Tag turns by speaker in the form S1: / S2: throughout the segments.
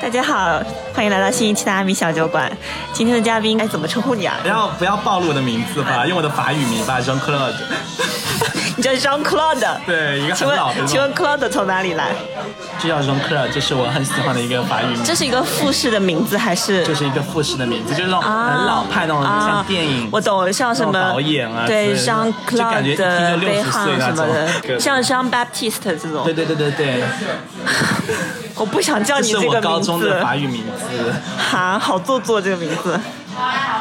S1: 大家好，欢迎来到新一期的阿米小酒馆。今天的嘉宾，哎，怎么称呼你啊
S2: 不？要不要暴露我的名字
S1: 哎
S2: 吧，用我的法语名吧，Jean Claude。
S1: 你叫 Jean Claude。
S2: 对，一个
S1: 请
S2: 很老的那
S1: 问，
S2: 种，
S1: 请问 Claude 从哪里来？
S2: 就叫 Jean Claude，这是我很喜欢的一个法语名，
S1: 这是一个复式的名字还是？
S2: 就是一个复式的名字，就是那种
S1: 啊
S2: 很老派那种，
S1: 啊
S2: 像电影。
S1: 我懂，像什么
S2: 那种导演啊
S1: 对
S2: 之类的
S1: ，Jean
S2: 就感
S1: Claude
S2: 觉一听就
S1: 贝
S2: 60
S1: 汉
S2: 岁那
S1: 啊什么
S2: 种
S1: 的，
S2: 对
S1: 像 Jean Baptiste 这种
S2: 对，对对对对，
S1: 我不想叫
S2: 这
S1: 你
S2: 是
S1: 这
S2: 我
S1: 个
S2: 高
S1: 名
S2: 中的
S1: 字，
S2: 法语名字。
S1: 哈，好做作这个名字。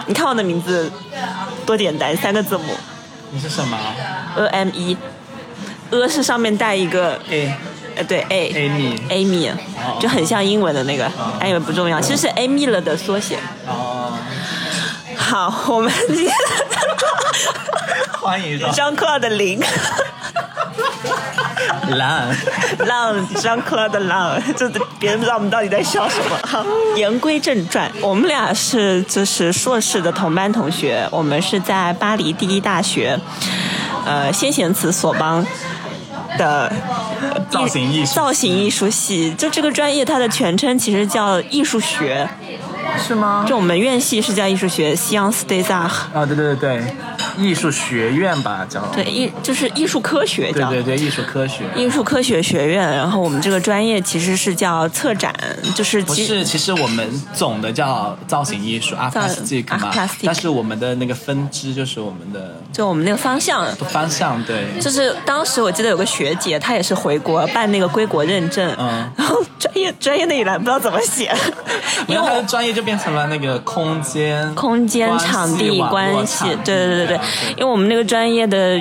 S1: 你看我的名字多简单，三个字母
S2: 你是什么
S1: A M E。呃是上面带一个，
S2: ？A
S1: 呃，对 A
S2: Amy。
S1: Amy，
S2: 哦
S1: 就很像英文的那个，哎，也不重要，其实是 Amy 了的缩写。
S2: 哦，
S1: 好，我们今天
S2: 欢 迎上
S1: 上课的零。
S2: 蓝。
S1: 浪张克的浪，就别人不知道我们到底在笑什么。好，言归正传，我们俩是就是硕士的同班同学，我们是在巴黎第一大学，呃，先贤祠所帮。的
S2: 造型艺术
S1: 造型艺术系，就这个专业，它的全称其实叫艺术学。
S2: 是吗？
S1: 就我们院系是叫艺术学 s c i e n c e des Arts，
S2: 哦，对对对对，艺术学院吧，叫。
S1: 对艺就是艺术科学
S2: 对
S1: 叫。
S2: 对对，艺术科学。
S1: 艺术科学学院，然后我们这个专业其实是叫策展，就是
S2: 不
S1: 其
S2: 是，其实我们总的叫造型艺术 art
S1: 造
S2: plastic 嘛
S1: art plastic
S2: 但是我们的那个分支就是我们的
S1: 就我们那个方向。
S2: 方向，对，
S1: 就是当时我记得有个学姐，她也是回国办那个归国认证，
S2: 嗯
S1: 然后专业专业那一栏不知道怎么写，因
S2: 因
S1: 为
S2: 为他
S1: 我
S2: 的专业就变成了那个空间、
S1: 空间、场地
S2: 网络
S1: 关系
S2: 场地，
S1: 对对对对
S2: 啊
S1: 对，因为我们那个专业的，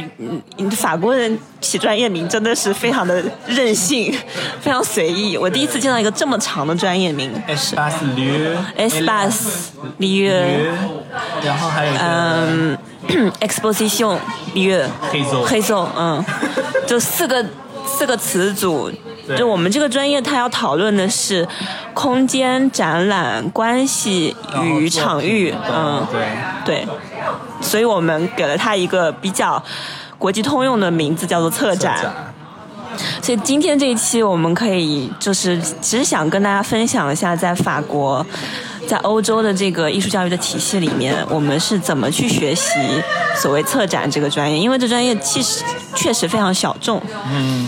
S1: 嗯，法国人起专业名真的是非常的任性，非常随意。我第一次见到一个这么长的专业名
S2: espace lieu、
S1: ，espace、lieu、呃
S2: lieu，然后还有一个
S1: exposition、lieu、
S2: 黑色
S1: 黑色，嗯，就四个四个词组。
S2: 对
S1: 就我们这个专业，它要讨论的是空间、展览、关系
S2: 然后
S1: 与
S2: 作
S1: 场域
S2: 品，
S1: 嗯，
S2: 对，
S1: 对，所以我们给了它一个比较国际通用的名字，叫做策展。
S2: 展
S1: 所以今天这一期我们可以就是只想跟大家分享一下，在法国、在欧洲的这个艺术教育的体系里面，我们是怎么去学习所谓策展这个专业，因为这专业其实确实非常小众。嗯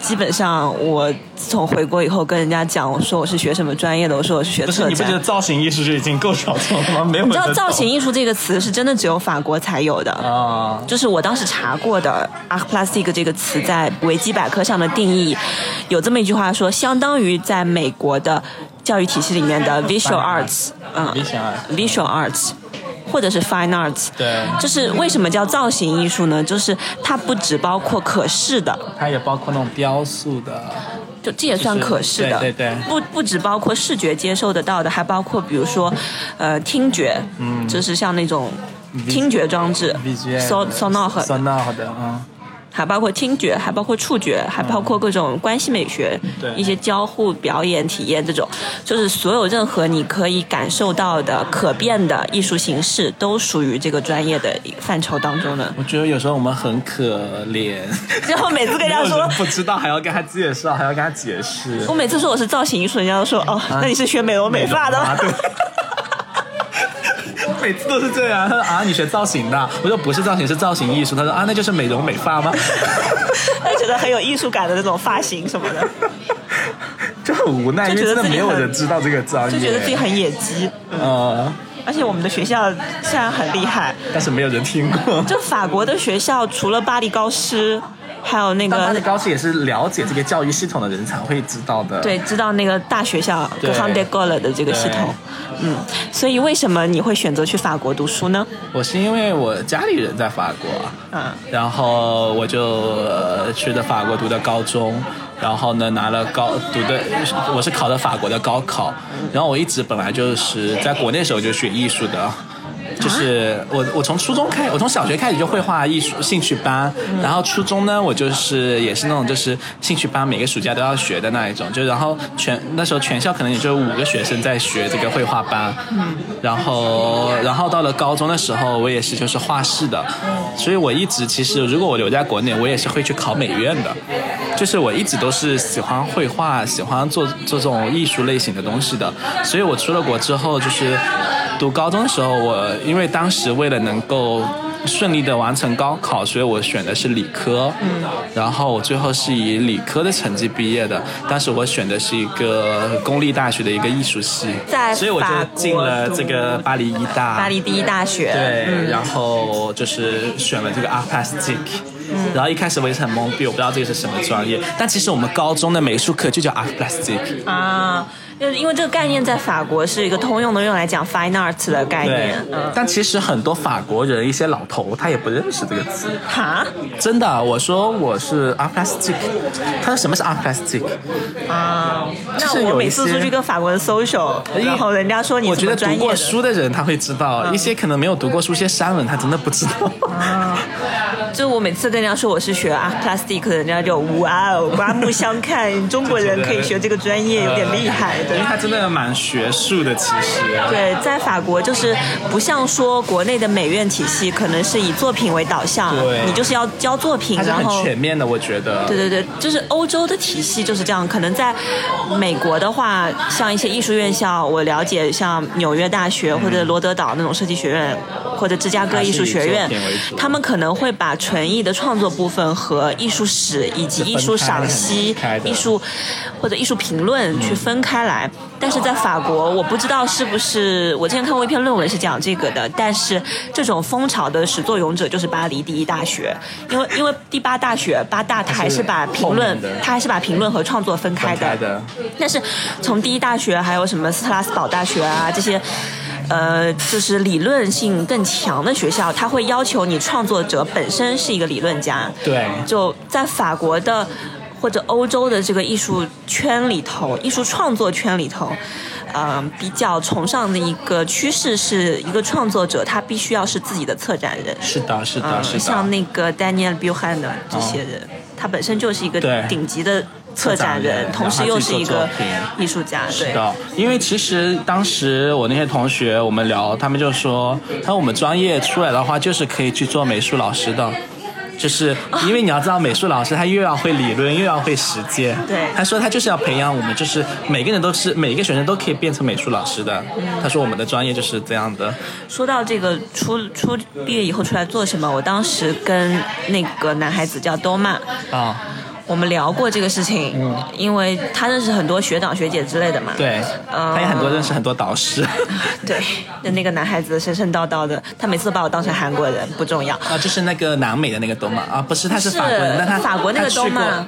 S1: 基本上我自从回国以后，跟人家讲我说我是学什么专业的，我说我是学
S2: 不是
S1: 策
S2: 你不觉得
S1: 展。
S2: 造型艺术就已经够小众了吗？没有人
S1: 你知道
S2: 在
S1: 造
S2: 做
S1: 型艺术这个词是真的只有法国才有的
S2: 啊，
S1: 就是我当时查过的 “art plastic” 这个词在维基百科上的定义，有这么一句话说，相当于在美国的教育体系里面的 visual arts，嗯
S2: 理想啊，
S1: ，visual arts。或者是 fine arts，
S2: 对
S1: 就是为什么叫造型艺术呢？就是它不只包括可视的，
S2: 它也包括那种雕塑的，
S1: 就这也算可视的，
S2: 对对对
S1: 不不只包括视觉接受得到的，还包括比如说，呃，听觉，嗯，就是像那种听觉装置
S2: visual
S1: ，son sonore，
S2: sonore 的，嗯。
S1: 还包括听觉，还包括触觉，还包括各种关系美学，
S2: 对
S1: 一些交互、表演、体验这种，就是所有任何你可以感受到的可变的艺术形式，都属于这个专业的范畴当中的。
S2: 我觉得有时候我们很可 怜，
S1: 然后每次跟人家
S2: 没有
S1: 说
S2: 人。不知道还要跟他介绍，还要跟他解释
S1: 我。每次说我是造型艺术，人家都说哦，那你是学美容美发的吗？
S2: 对。我 每次都是这样，他说啊，你学造型的，我说不是造型，是造型艺术。他说啊，那就是美容美发吗？
S1: 他 觉得很有艺术感的那种发型什么 的，
S2: 就很无奈，因
S1: 就
S2: 为
S1: 觉得自
S2: 真
S1: 己
S2: 的
S1: 很
S2: 没有人知道这个专业，
S1: 就觉得自己很野鸡。
S2: 呃，
S1: 而且我们的学校虽然很厉害，
S2: 但是没有人听 过。
S1: 就法国的学校除了巴黎高师，还有那
S2: 但
S1: 个
S2: 他的高师也是了解这个教育系统的人才会知道的。
S1: 对，知道那个大学校
S2: 对
S1: g r a n d e g o l e 的这个系统，嗯，所以为什么你会选择去法国读书呢？
S2: 我是因为我家里人在法国，啊
S1: 嗯，
S2: 然后我就、呃、去的法国读的高中，然后呢拿了高读的，我是考的法国的高考，然后我一直本来就是在国内时候就学艺术的。就是我，我从初中开，我从小学开始就绘画艺术兴趣班，然后初中呢，我就是也是那种就是兴趣班，每个暑假都要学的那一种，就然后全那时候全校可能也就五个学生在学这个绘画班，然后然后到了高中的时候，我也是就是画室的，所以我一直其实如果我留在国内，我也是会去考美院的，就是我一直都是喜欢绘画，喜欢做做这种艺术类型的东西的，所以我出了国之后，就是读高中的时候，我因为当时为了能够顺利的完成高考，所以我选的是理科，嗯，然后我最后是以理科的成绩毕业的，但是我选的是一个公立大学的一个艺术系，
S1: 在
S2: 所以我就
S1: 法
S2: 进
S1: 国
S2: 了这个巴黎医大，
S1: 巴黎第一大学，
S2: 对，然后就是选了这个 Art Plastic。
S1: 嗯
S2: 然后一开始我也是很懵逼，我不知道这个是什么专业。但其实我们高中的美术课就叫 Art Plastic，
S1: 啊，就是因为这个概念在法国是一个通用的，用来讲 fine arts 的概
S2: 对
S1: 念。嗯，。
S2: 但其实很多法国人一些老头他也不认识这个词，
S1: 哈
S2: 真的。我说我是 Art Plastic，他说什么是 Art Plastic？
S1: 啊，
S2: 就是
S1: 那
S2: 有
S1: 我
S2: 一
S1: 每次
S2: 些哎
S1: 出去跟法国人 social，
S2: 因为
S1: 然后人家说你
S2: 我
S1: 什
S2: 觉得
S1: 么
S2: 读
S1: 专业
S2: 过
S1: 的嗯
S2: 书的人他会知道，一些可能没有读过书，一些商人他真的不知道。
S1: 啊就我每次跟人家说我是学 art plastic，的人家就哇哦，刮目相看，中国人可以学这个专业，有点厉害
S2: 因为
S1: 的。
S2: 他真的蛮学术的，其实。
S1: 对，在法国就是不像说国内的美院体系，可能是以作品为导向
S2: 对，
S1: 你就是要交作品，
S2: 他是
S1: 然
S2: 很
S1: 后
S2: 全面的，我觉得。
S1: 对对对，就是欧洲的体系就是这样。可能在美国的话，像一些艺术院校，我了解像纽约大学或者罗德岛那种设计学院，或者芝加哥艺术学院
S2: 嗯还是以作品为主，
S1: 他们可能会把纯艺的创作部分和艺术史以及艺术赏析
S2: 分开、的
S1: 艺术或者艺术评论
S2: 嗯
S1: 去分开来。但是在法国，我不知道是不是我之前看过一篇论文是讲这个的，但是这种风潮的始作俑者就是巴黎第一大学，因为因为第八大学八大它还是把评论
S2: 后面的，
S1: 它还是把评论和创作分开
S2: 分开
S1: 的。
S2: 的，
S1: 但是从第一大学还有什么斯特拉斯堡大学啊这些，呃，就是理论性更强的学校，它会要求你创作者本身是一个理论家。
S2: 对
S1: 就在法国的或者欧洲的这个艺术圈里头，艺术创作圈里头，嗯、比较崇尚的一个趋势是一个创作者他必须要是自己的策展人。
S2: 是的，是的，
S1: 嗯，
S2: 是
S1: 像
S2: 的。
S1: 那个 Daniel Buhan 的这些人，他本身就是一个
S2: 对
S1: 顶级的策展
S2: 策展
S1: 人，
S2: 人
S1: 同时又是一
S2: 然
S1: 个
S2: 后他自己做作
S1: 艺术家。对
S2: 是，的，因为其实当时我那些同学，我们聊，他们就说，他说我们专业出来的话，就是可以去做美术老师的，就是
S1: 啊
S2: 因为你要知道，美术老师他又要会理论，又要会实践。
S1: 对
S2: 他说他就是要培养我们，就是每个人都是每一个学生都可以变成美术老师的。
S1: 嗯
S2: 他说我们的专业就是这样的。
S1: 说到这个出出毕业以后出来做什么，我当时跟那个男孩子叫多曼，
S2: 啊，
S1: 我们聊过这个事情，因为他认识很多学长学姐之类的嘛。
S2: 嗯对，
S1: 嗯
S2: 他也很多认识很多导师。
S1: 对，那那个男孩子神神叨叨的，他每次都把我当成韩国人，不重要。
S2: 啊，就是那个南美的那个东马啊，不是，他是
S1: 是
S2: 法国人，但他
S1: 法国那个
S2: 他去
S1: 东马
S2: 过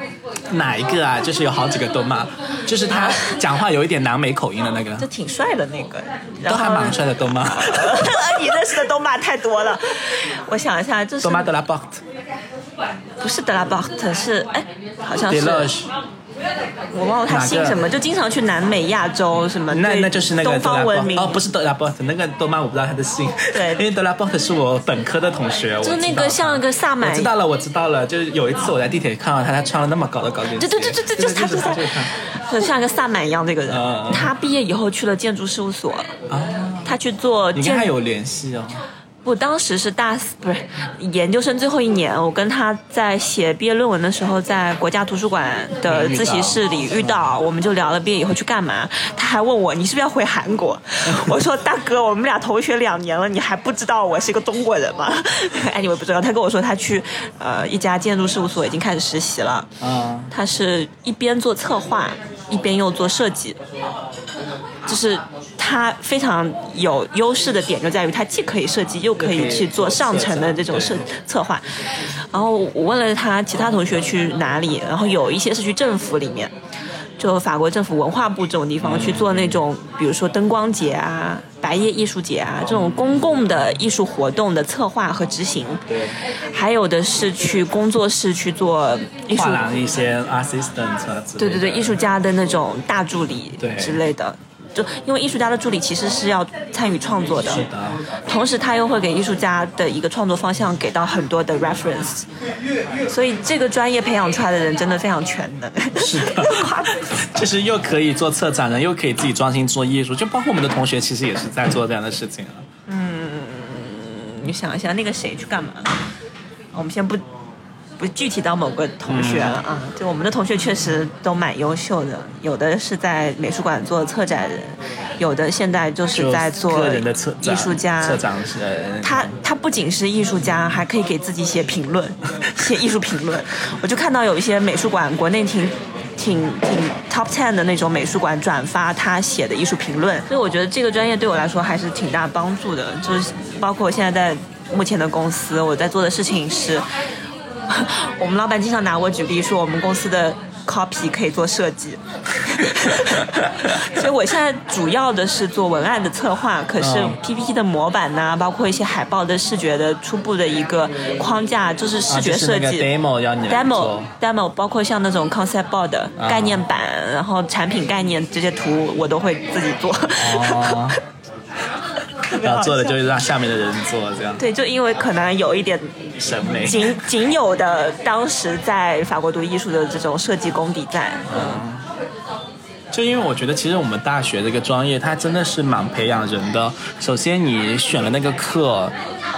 S2: 哪一个啊？就是有好几个东马，就是 他讲话有一点南美口音的那个，
S1: 就挺帅的那个，然
S2: 都
S1: 后
S2: 还蛮帅的东马。
S1: 你认识的东马太多了，我想一下，这是
S2: 东马德拉波特，
S1: 不是德拉巴特是哎，好像
S2: 德
S1: 是
S2: 勒什，
S1: 我忘了他姓什么，就经常去南美、亚洲什么，
S2: 那
S1: 对
S2: 那就是那个
S1: 东
S2: 德拉
S1: 方
S2: 波
S1: 文
S2: 特
S1: 明
S2: 哦，不是德拉波特，那个东马我不知道他的姓，
S1: 对
S2: 因为德拉波特是我本科的同学，
S1: 就是那个像个萨
S2: 我
S1: 满
S2: 知。道了，我知道了，就是有一次我在地铁看到他，他穿了那么高的高跟鞋，
S1: 对对对对对，就是他，
S2: 就
S1: 就是是
S2: 他
S1: 他，
S2: 就是他。
S1: 很像个萨满一样这个人
S2: 嗯嗯。
S1: 他毕业以后去了建筑事务所，
S2: 啊，
S1: 他去做
S2: 你跟他
S1: 建。
S2: 有联系哦？
S1: 我当时是大四，不是研究生最后一年，我跟他在写毕业论文的时候，在国家图书馆的自习室里遇到，我们就聊了毕业以后去干嘛。他还问我你是不是要回韩国？ 我说大哥，我们俩同学两年了，你还不知道我是一个中国人吗？ 哎，你们不知道，他跟我说他去呃一家建筑事务所已经开始实习了，
S2: 啊，
S1: 他是一边做策划，一边又做设计，就是他非常有优势的点就在于他既可以设计，又可以去做上层的这种设策划。然后我问了他其他同学去哪里，然后有一些是去政府里面，就法国政府文化部这种地方去做那种，比如说灯光节啊、白夜艺术节啊这种公共的艺术活动的策划和执行。
S2: 对，
S1: 还有的是去工作室去做艺术
S2: 画廊一些 assistant 啊之类的
S1: 对对对，艺术家的那种大助理
S2: 对
S1: 之类的。就因为艺术家的助理其实是要参与创作的，
S2: 是的
S1: 同时他又会给艺术家的一个创作方向给到很多的 reference，所以这个专业培养出来的人真的非常全能。是
S2: 的就是又可以做策展人，又可以自己专心做艺术，就包括我们的同学其实也是在做这样的事情啊。
S1: 哦你想一下，那个谁去干嘛？我们先不不具体到某个同学了啊，
S2: 嗯
S1: 就我们的同学确实都蛮优秀的，有的是在美术馆做策展人，有的现在就是
S2: 就
S1: 在做
S2: 个人的策展
S1: 艺术家。
S2: 策展呃人，
S1: 他他不仅是艺术家，还可以给自己写评论，写艺术评论。我就看到有一些美术馆，国内挺挺挺 top ten 的那种美术馆转发他写的艺术评论，所以我觉得这个专业对我来说还是挺大帮助的。就是包括我现在在目前的公司，我在做的事情是， 我们老板经常拿我举例说我们公司的 copy 可以做设计， 所以我现在主要的是做文案的策划，可是
S2: 嗯
S1: PPT 的模板呐、包括一些海报的视觉的初步的一个框架，就是视觉设
S2: 啊就是
S1: 计。
S2: 那个 demo 要你来
S1: demo
S2: 做
S1: demo 包括像那种 concept board 的
S2: 啊
S1: 概念版，然后产品概念这些图我都会自己做。
S2: 哦，
S1: 特别
S2: 然
S1: 好
S2: 后做的
S1: 笑
S2: 就是让下面的人做这样
S1: 对，就因为可能有一点
S2: 审美。
S1: 仅仅有的当时在法国读艺术的这种设计功底在，
S2: 就因为我觉得，其实我们大学这个专业，它真的是蛮培养人的。首先，你选了那个课，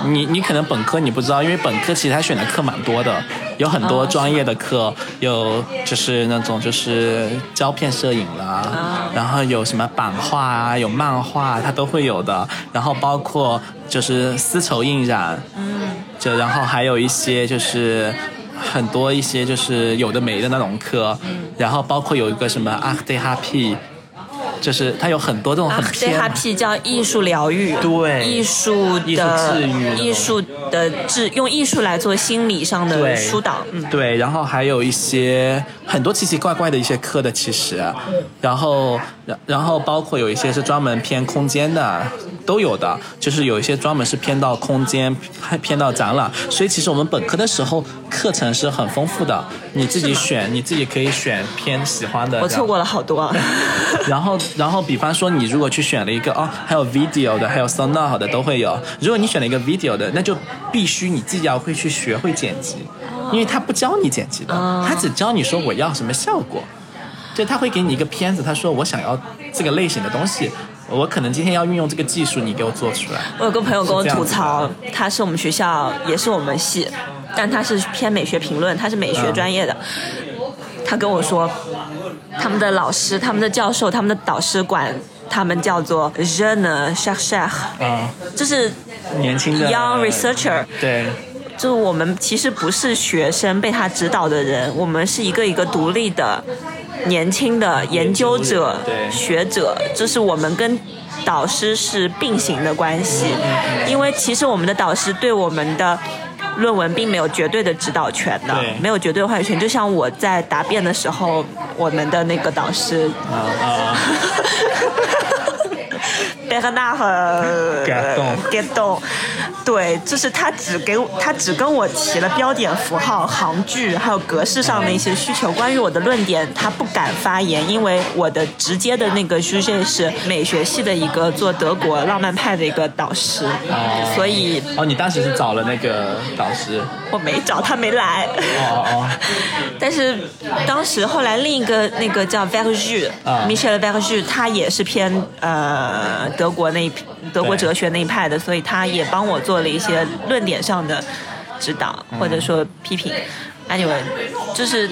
S2: 你你可能本科你不知道，因为本科其实它选的课蛮多的，有很多专业的课，有就是那种就是胶片摄影啦，然后有什么版画啊，有漫画、它都会有的。然后包括就是丝绸印染，就然后还有一些就是很多一些就是有的没的那种课，然后包括有一个什么 a r t e happy，就是它有很多这种
S1: 啊
S2: 很，
S1: 对
S2: 偏。
S1: 哈 P 叫艺术疗愈，
S2: 对
S1: 艺术
S2: 艺术
S1: 的
S2: 治愈那种
S1: 艺术的治，用艺术来做心理上的
S2: 对
S1: 疏导，嗯，
S2: 对，然后还有一些很多奇奇怪怪的一些课的，其实，然后，然然后包括有一些是专门偏空间的，都有的，就是有一些专门是偏到空间，偏偏到展览，所以其实我们本科的时候课程是很丰富的，你自己选，你自己可以选偏喜欢的。
S1: 我错过了好 多啊。
S2: 然后，然后，比方说你如果去选了一个哦，还有 video 的，还有 sonar 的都会有。如果你选了一个 video 的，那就必须你自己要会去学会剪辑，因为他不教你剪辑的，他只教你说我要什么效果。就他会给你一个片子，他说我想要这个类型的东西，我可能今天要运用这个技术，你给我做出来。
S1: 我有个朋友跟我
S2: 是这样
S1: 吐
S2: 子
S1: 槽，他是我们学校也是我们系，但他是偏美学评论，他是美学专业的。他跟我说，他们的老师、他们的教授、他们的导师管他们叫做 jeune chercheur，
S2: 啊、
S1: 就是
S2: 年轻的
S1: young researcher。
S2: 对，
S1: 就是我们其实不是学生被他指导的人，我们是一个一个独立的、年轻的研究者
S2: 研究人对、
S1: 学者，就是我们跟导师是并行的关系，因为其实我们的导师对我们的。论文并没有绝对的指导权的
S2: 对，
S1: 没有绝对话语权。就像我在答辩的时候，我们的那个导师
S2: 啊啊，
S1: 贝克纳和
S2: Gaston
S1: Gaston 对，就是他只给我，他只跟我提了标点符号、行距，还有格式上的一些需求。关于我的论点，他不敢发言，因为我的直接的那个 j u 是美学系的一个做德国浪漫派的一个导师，
S2: 哦
S1: 所以
S2: 哦，你当时是找了那个导师，
S1: 我没找他没来。
S2: 哦哦
S1: 但是当时后来另一个那个叫 v e r g e
S2: 啊
S1: m i c h e l v e r g e 他也是偏呃德国那一德国哲学那一派的，所以他也帮我做了一些论点上的指导或者说批评。Anyway，就是。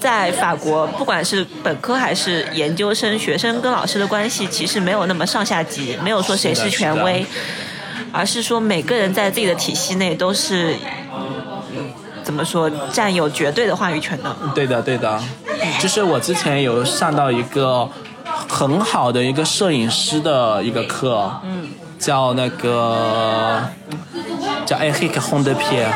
S1: 在法国，不管是本科还是研究生，学生跟老师的关系其实没有那么上下级，没有说谁
S2: 是的
S1: 是权
S2: 是的
S1: 威，而是说每个人在自己的体系内都是怎么说占有绝对的话语权的。
S2: 对的，对的，就是我之前有上到一个很好的一个摄影师的一个课，嗯，叫那个叫 Eric h o n d e p i e r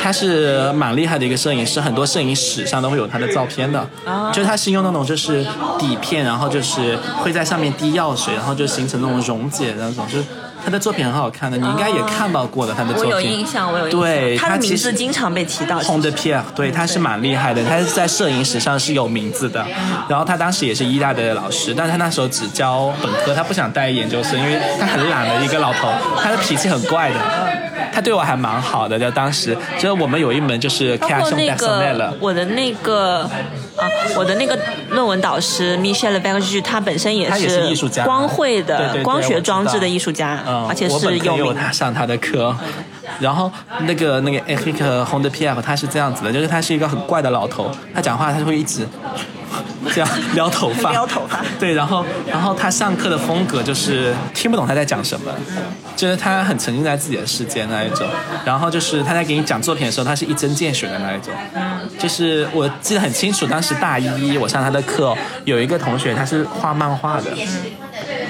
S2: 他是蛮厉害的一个摄影师，很多摄影史上都会有他的照片的。就是他是用那种就是底片，然后就是会在上面滴药水，然后就形成那种溶解的那种，就是他的作品很好看的，你应该也看到过的他的
S1: 我
S2: 作品。
S1: 有印象，我有印象。
S2: 对，
S1: 他的
S2: 其
S1: 名
S2: 实
S1: 字经常被提到。
S2: h o n d e Pierre，对，
S1: 嗯
S2: 他是蛮厉害的，他是在摄影史上是有名字的。然后他当时也是医大的老师，但是他那时候只教本科，他不想带研究生，因为他很懒的一个老头，他的脾气很怪的。他对我还蛮好的，就当时就是我们有一门就是
S1: 包
S2: c a
S1: 括
S2: s h o n
S1: 那
S2: personnel，
S1: 个我的那个啊，我的那个论文导师 Michelle b a g g e 他本身也
S2: 他也是艺术家
S1: 光绘
S2: 对
S1: 的
S2: 对对
S1: 光学装置
S2: 我知
S1: 的
S2: 道
S1: 艺术家
S2: 嗯，，
S1: 而且
S2: 我本
S1: 是
S2: 科也
S1: 有
S2: 有
S1: 名。
S2: 他上他的课，然后那个那个 Eric h o n d p i e r 他是这样子的，就是他是一个很怪的老头，他讲话他就会一直这样撩头 发，
S3: 撩头发
S2: 对，然后然后他上课的风格就是听不懂他在讲什么，就是他很沉浸在自己的世界那一种，然后就是他在给你讲作品的时候，他是一针见血的那一种，就是我记得很清楚，当时大一我上他的课、哦，有一个同学他是画漫画的。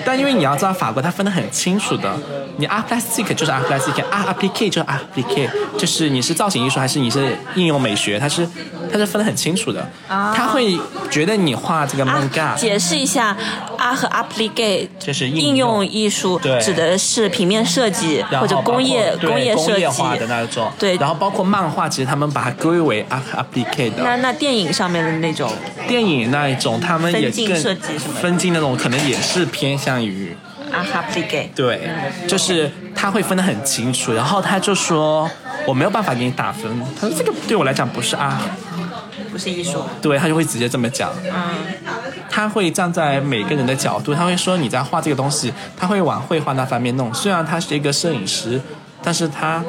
S2: 但因为你要知道法国，它分得很清楚的。你 art plastic 就是 art plastic，art applique 就是 art applique，就是你是造型艺术还是你是应用美学，它是它是分得很清楚的。他会觉得你画这个
S1: 啊
S2: manga，、
S1: 解释一下，啊和 applique
S2: 就是
S1: 应
S2: 应用
S1: 用艺术
S2: 对
S1: 指的是平面设计或
S2: 然后
S1: 者
S2: 包括
S1: 工业
S2: 对
S1: 业
S2: 工
S1: 设计
S2: 业化的那种，
S1: 对
S2: 然后包括漫画，其实他们把它归为 art applique 的。
S1: 那那电影上面的那种
S2: 电影那一种，他们也
S1: 分镜
S2: 更
S1: 设计什么的
S2: 分镜那种，可能也是偏向于
S1: 啊 applique，
S2: 对，就是他会分得很清楚，然后他就说我没有办法给你打分，他说这个对我来讲不是啊，
S1: 不是艺术，
S2: 对他就会直接这么讲，他会站在每个人的角度，他会说你在画这个东西，他会往绘画那方面弄，虽然他是一个摄影师，但是他。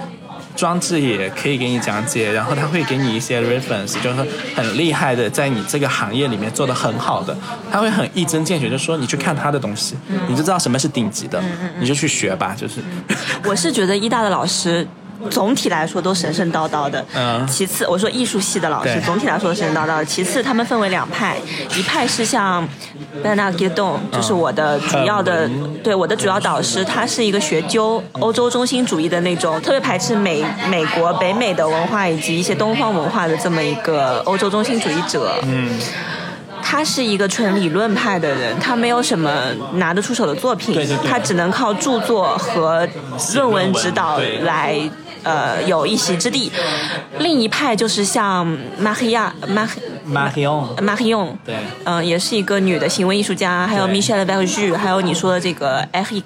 S2: 装置也可以给你讲解，然后他会给你一些 reference，就是很厉害的，在你这个行业里面做得很好的，他会很一针见血，就说你去看他的东西，你就知道什么是顶级的，
S1: 嗯
S2: 你就去学 吧，就是。
S1: 我是觉得医大的老师。总体来说都神神叨叨的，
S2: 嗯
S1: 其次我说艺术系的老师
S2: 对
S1: 总体来说神神叨叨的，其次他们分为两派，一派是像 b e n a g u e d o n 就是
S2: 嗯
S1: 我的主要的，对我的主要导师，他是一个学究欧洲中心主义的那种，特别排斥美美国北美的文化以及一些东方文化的这么一个欧洲中心主义者，
S2: 嗯
S1: 他是一个纯理论派的人，他没有什么拿得出手的作品，
S2: 对对对
S1: 他只能靠著作和论文指导
S2: 对
S1: 来。呃，有一席之地。另一派就是像马黑亚、马
S2: 马提翁，
S1: 马黑用，
S2: 对
S1: 嗯、也是一个女的行为艺术家，还有
S2: 对嗯
S1: Michelle b e r g e 还有你说的这个 Eric，、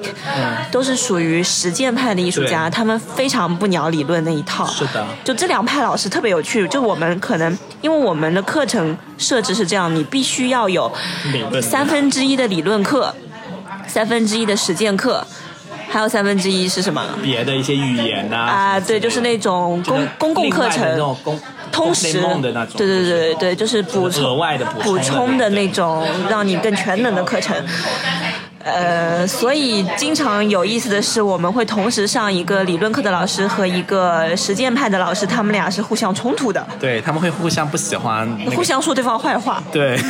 S1: 都是属于实践派的艺术家，
S2: 对
S1: 他们非常不鸟理论那一套。
S2: 是的
S1: 就这两派老师特别有趣，就我们可能因为我们的课程设置是这样，你必须要有
S2: 理论
S1: 三分之一的理论课，三分之一的实践课，还有三分之一是什么？
S2: 别的一些语言呐、
S1: 啊、对，就是那种公公共课程
S2: 另外的那种公
S1: 通识
S2: 内蒙的那种，
S1: 对对对对对，就是补充
S2: 额外的补充的
S1: 补充的那种让你更全能的课程。呃，所以经常有意思的是，我们会同时上一个理论课的老师和一个实践派的老师，他们俩是互相冲突的，
S2: 对他们会互相不喜欢、那个
S1: 互相说对方坏话。
S2: 对。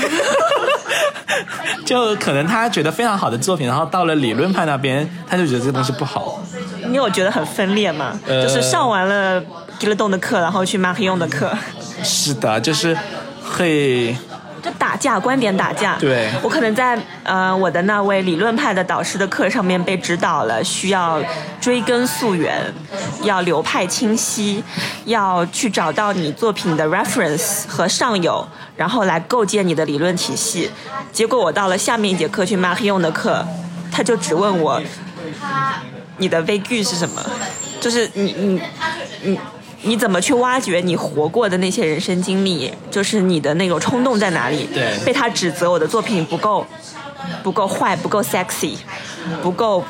S2: 就可能他觉得非常好的作品，然后到了理论派那边，他就觉得这个东西不好。
S1: 你有觉得很分裂吗？
S2: 呃
S1: 就是上完了吉勒洞的课，然后去马黑用的课。
S2: 是的，就是会
S1: 就打架，观点打架。
S2: 对
S1: 我可能在呃我的那位理论派的导师的课上面被指导了，需要追根溯源，要流派清晰，要去找到你作品的 reference 和上游，然后来构建你的理论体系。结果我到了下面一节课去 Mark 用的课，他就只问我你的悲剧是什么？就是你你你你怎么去挖掘你活过的那些人生经历？就是你的那种冲动在哪里？
S2: 对
S1: 被他指责我的作品不够不够坏，不够 sexy，不够，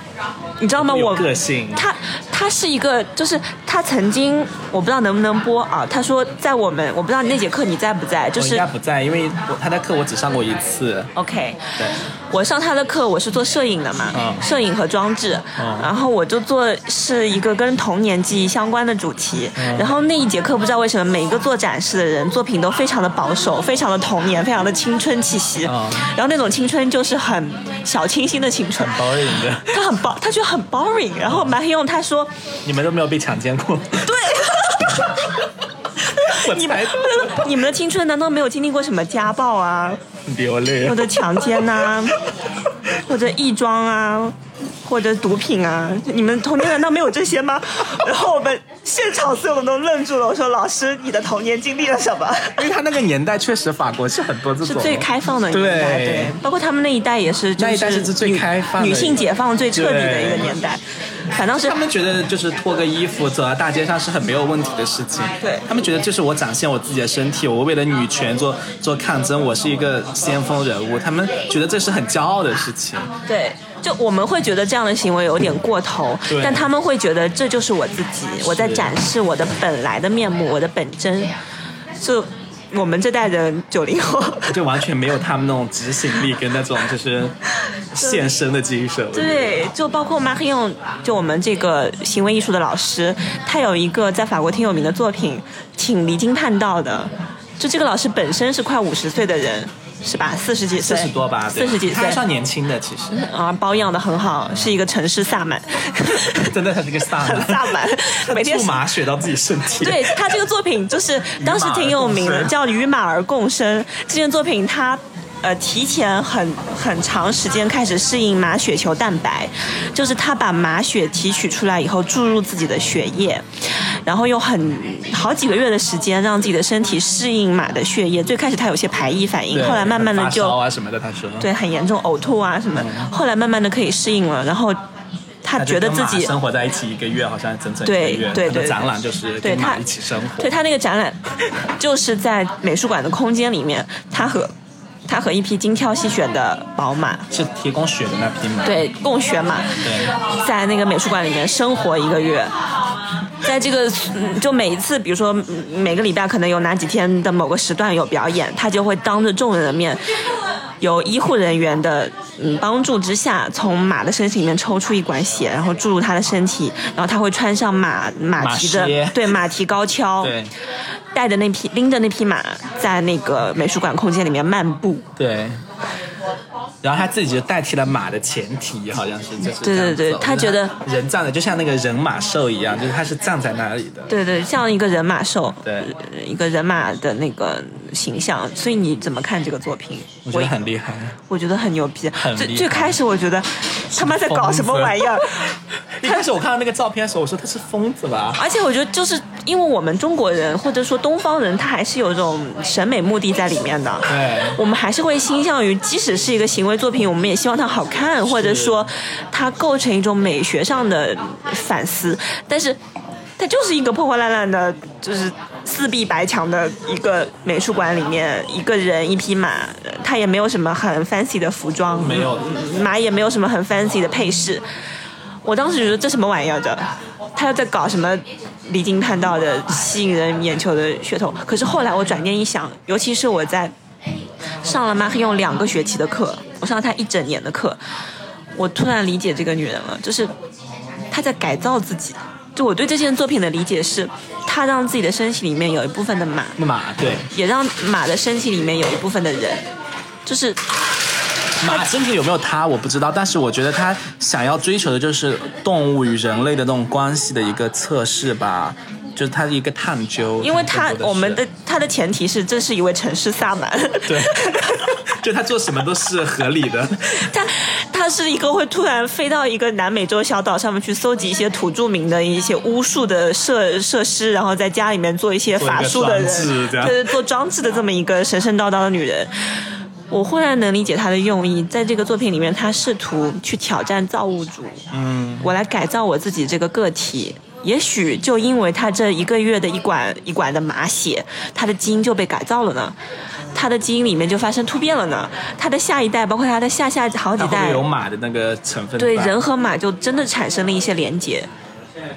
S1: 你知道吗？
S2: 有
S1: 我
S2: 个性
S1: 他他是一个，就是他曾经我不知道能不能播啊。他说在我们我不知道那节课你在不在，就
S2: 我应
S1: 是
S2: 该不在，因为我他的课我只上过一次。
S1: OK。
S2: 对，
S1: 我上他的课，我是做摄影的嘛，
S2: 嗯
S1: 摄影和装置，然后我就做是一个跟童年记忆相关的主题。然后那一节课不知道为什么，每一个做展示的人作品都非常的保守，非常的童年，非常的青春气息。
S2: 嗯
S1: 然后那种青春就是很小清新的青春。
S2: boring 的，
S1: 他很 b 他觉得很 boring。然后蛮黑用他说，
S2: 你们都没有被强奸过？对， 我
S1: 你们
S2: 才
S1: 你们的青春难道没有经历过什么家暴啊，
S2: 流泪
S1: 或。者强奸 呐、或者异装啊，或者毒品啊，你们童年难道没有这些 吗？然后我们现场所有人都愣住了。我说：“老师，你的童年经历了什 么
S2: 因为他那个年代确实法国是很多这？”
S1: 是
S2: 种
S1: 最开放的年代，
S2: 对
S1: 对，包括他们那一代也是，就
S2: 那一代是最
S1: 女
S2: 开放的
S1: 女性解放最彻底的一个年代。反倒是
S2: 他们觉得就是脱个衣服走在大街上是很没有问题的事情。
S1: 对
S2: 他们觉得这是我展现我自己的身体，我为了女权做做抗争，我是一个先锋人物。他们觉得这是很骄傲的事情。
S1: 对，就我们会觉得这样的行为有点过头
S2: 对，
S1: 但他们会觉得这就是我自己，我在展示我的本来的面目，我的本真。就我们这代人九零 后，
S2: 就完全没有他们那种执行力跟那种就是献身的精神。我觉得，
S1: 对，就包括 Mark Young，就我们这个行为艺术的老师，他有一个在法国挺有名的作品，挺离经叛道的。就这个老师本身是快五十岁的人，是吧？四十几岁，
S2: 四十多吧，对
S1: 四十几
S2: 他
S1: 岁
S2: 还算年轻的，其实
S1: 啊，保养的很好，是一个城市萨 满，
S2: 真的他是个萨
S1: 很
S2: 满，
S1: 萨满， 每天
S2: 驻马血到自己身体。
S1: 对他这个作品就是当时挺有名的，叫《与马儿共生》。这件作品他。呃，提前很很长时间开始适应马血球蛋白，就是他把马血提取出来以后注入自己的血液，然后用很好几个月的时间让自己的身体适应马的血液。最开始他有些排异反应，
S2: 对，
S1: 后来慢慢的就
S2: 发烧啊什么的，他说。
S1: 对很严重呕吐啊什么，后来慢慢的可以适应了，然后他
S2: 他就
S1: 觉
S2: 跟
S1: 得自
S2: 马
S1: 己
S2: 生活在一起一个月，好像整整一
S1: 对
S2: 个月。
S1: 对
S2: 他的
S1: 对
S2: 展览就是
S1: 对
S2: 跟马
S1: 他
S2: 一起生活。
S1: 对他那个展览，就是在美术馆的空间里面，他和他和一匹精挑细选的宝马，
S2: 是提供血的那匹马。
S1: 对，共选马，
S2: 对
S1: 在那个美术馆里面生活一个月。在这个，嗯就每一次，比如说嗯每个礼拜可能有哪几天的某个时段有表演，他就会当着众人的面，有医护人员的嗯帮助之下，从马的身体里面抽出一管血，然后注入他的身体，然后他会穿上马马蹄的
S2: 马靴
S1: 对马蹄高跷，
S2: 对
S1: 带着那匹拎着那匹马在那个美术馆空间里面漫步，
S2: 对。然后他自己就代替了马的前蹄，好像是就是
S1: 对
S2: 这样
S1: 对对
S2: 走
S1: 他觉得
S2: 人站的就像那个人马兽一样，就是他是站在那里的。
S1: 对对，像一个人马兽，
S2: 对
S1: 呃一个人马的那个形象。所以你怎么看这个作品？
S2: 我觉
S1: 我
S2: 得很厉 害，
S1: 我觉得很牛逼。
S2: 很
S1: 最
S2: 厉害
S1: 最开始我觉得他妈在搞什么玩意儿，
S2: 一开始我看到那个照片的时候，我说他是疯子吧？
S1: 而且我觉得就是因为我们中国人或者说东方人，他还是有一种审美目的在里面的。
S2: 对
S1: 我们还是会倾向于，即使是一个行为作品，我们也希望它好看，或者说它构成一种美学上的反思。但是，它就是一个破破烂烂的，就是四壁白墙的一个美术馆里面，一个人一匹马，呃它也没有什么很 fancy 的服装，
S2: 没有
S1: 马也没有什么很 fancy 的配饰。我当时觉得这什么玩意儿的，他又在搞什么离经叛道的、吸引人眼球的噱头。可是后来我转念一想，尤其是我在上了马克用两个学期的课，我上了他一整年的课，我突然理解这个女人了，就是她在改造自己。就我对这件作品的理解是，她让自己的身体里面有一部分的马，
S2: 马对，
S1: 也让马的身体里面有一部分的人，就是
S2: 马身体有没有他我不知道，但是我觉得他想要追求的就是动物与人类的那种关系的一个测试吧，就是他的一个探究。
S1: 因为她
S2: 更多是
S1: 我们的她的前提是这是一位城市萨满，
S2: 对，就他做什么都是合理的。
S1: 他他是一个会突然飞到一个南美洲小岛上面去搜集一些土著民的一些巫术的设设施，然后在家里面做一些法术的
S2: 做一个装置
S1: 人，
S2: 这样
S1: 对，做装置的这么一个神神叨叨的女人。我忽然能理解她的用意，在这个作品里面，她试图去挑战造物主，嗯，我来改造我自己这个个体。也许就因为她这一个月的一管一管的马血，她的基因就被改造了呢，她的基因里面就发生突变了呢，她的下一代，包括她的下下好几
S2: 它会不
S1: 代
S2: 会，有马的那个成分？
S1: 对人。和马就真的产生了一些连结。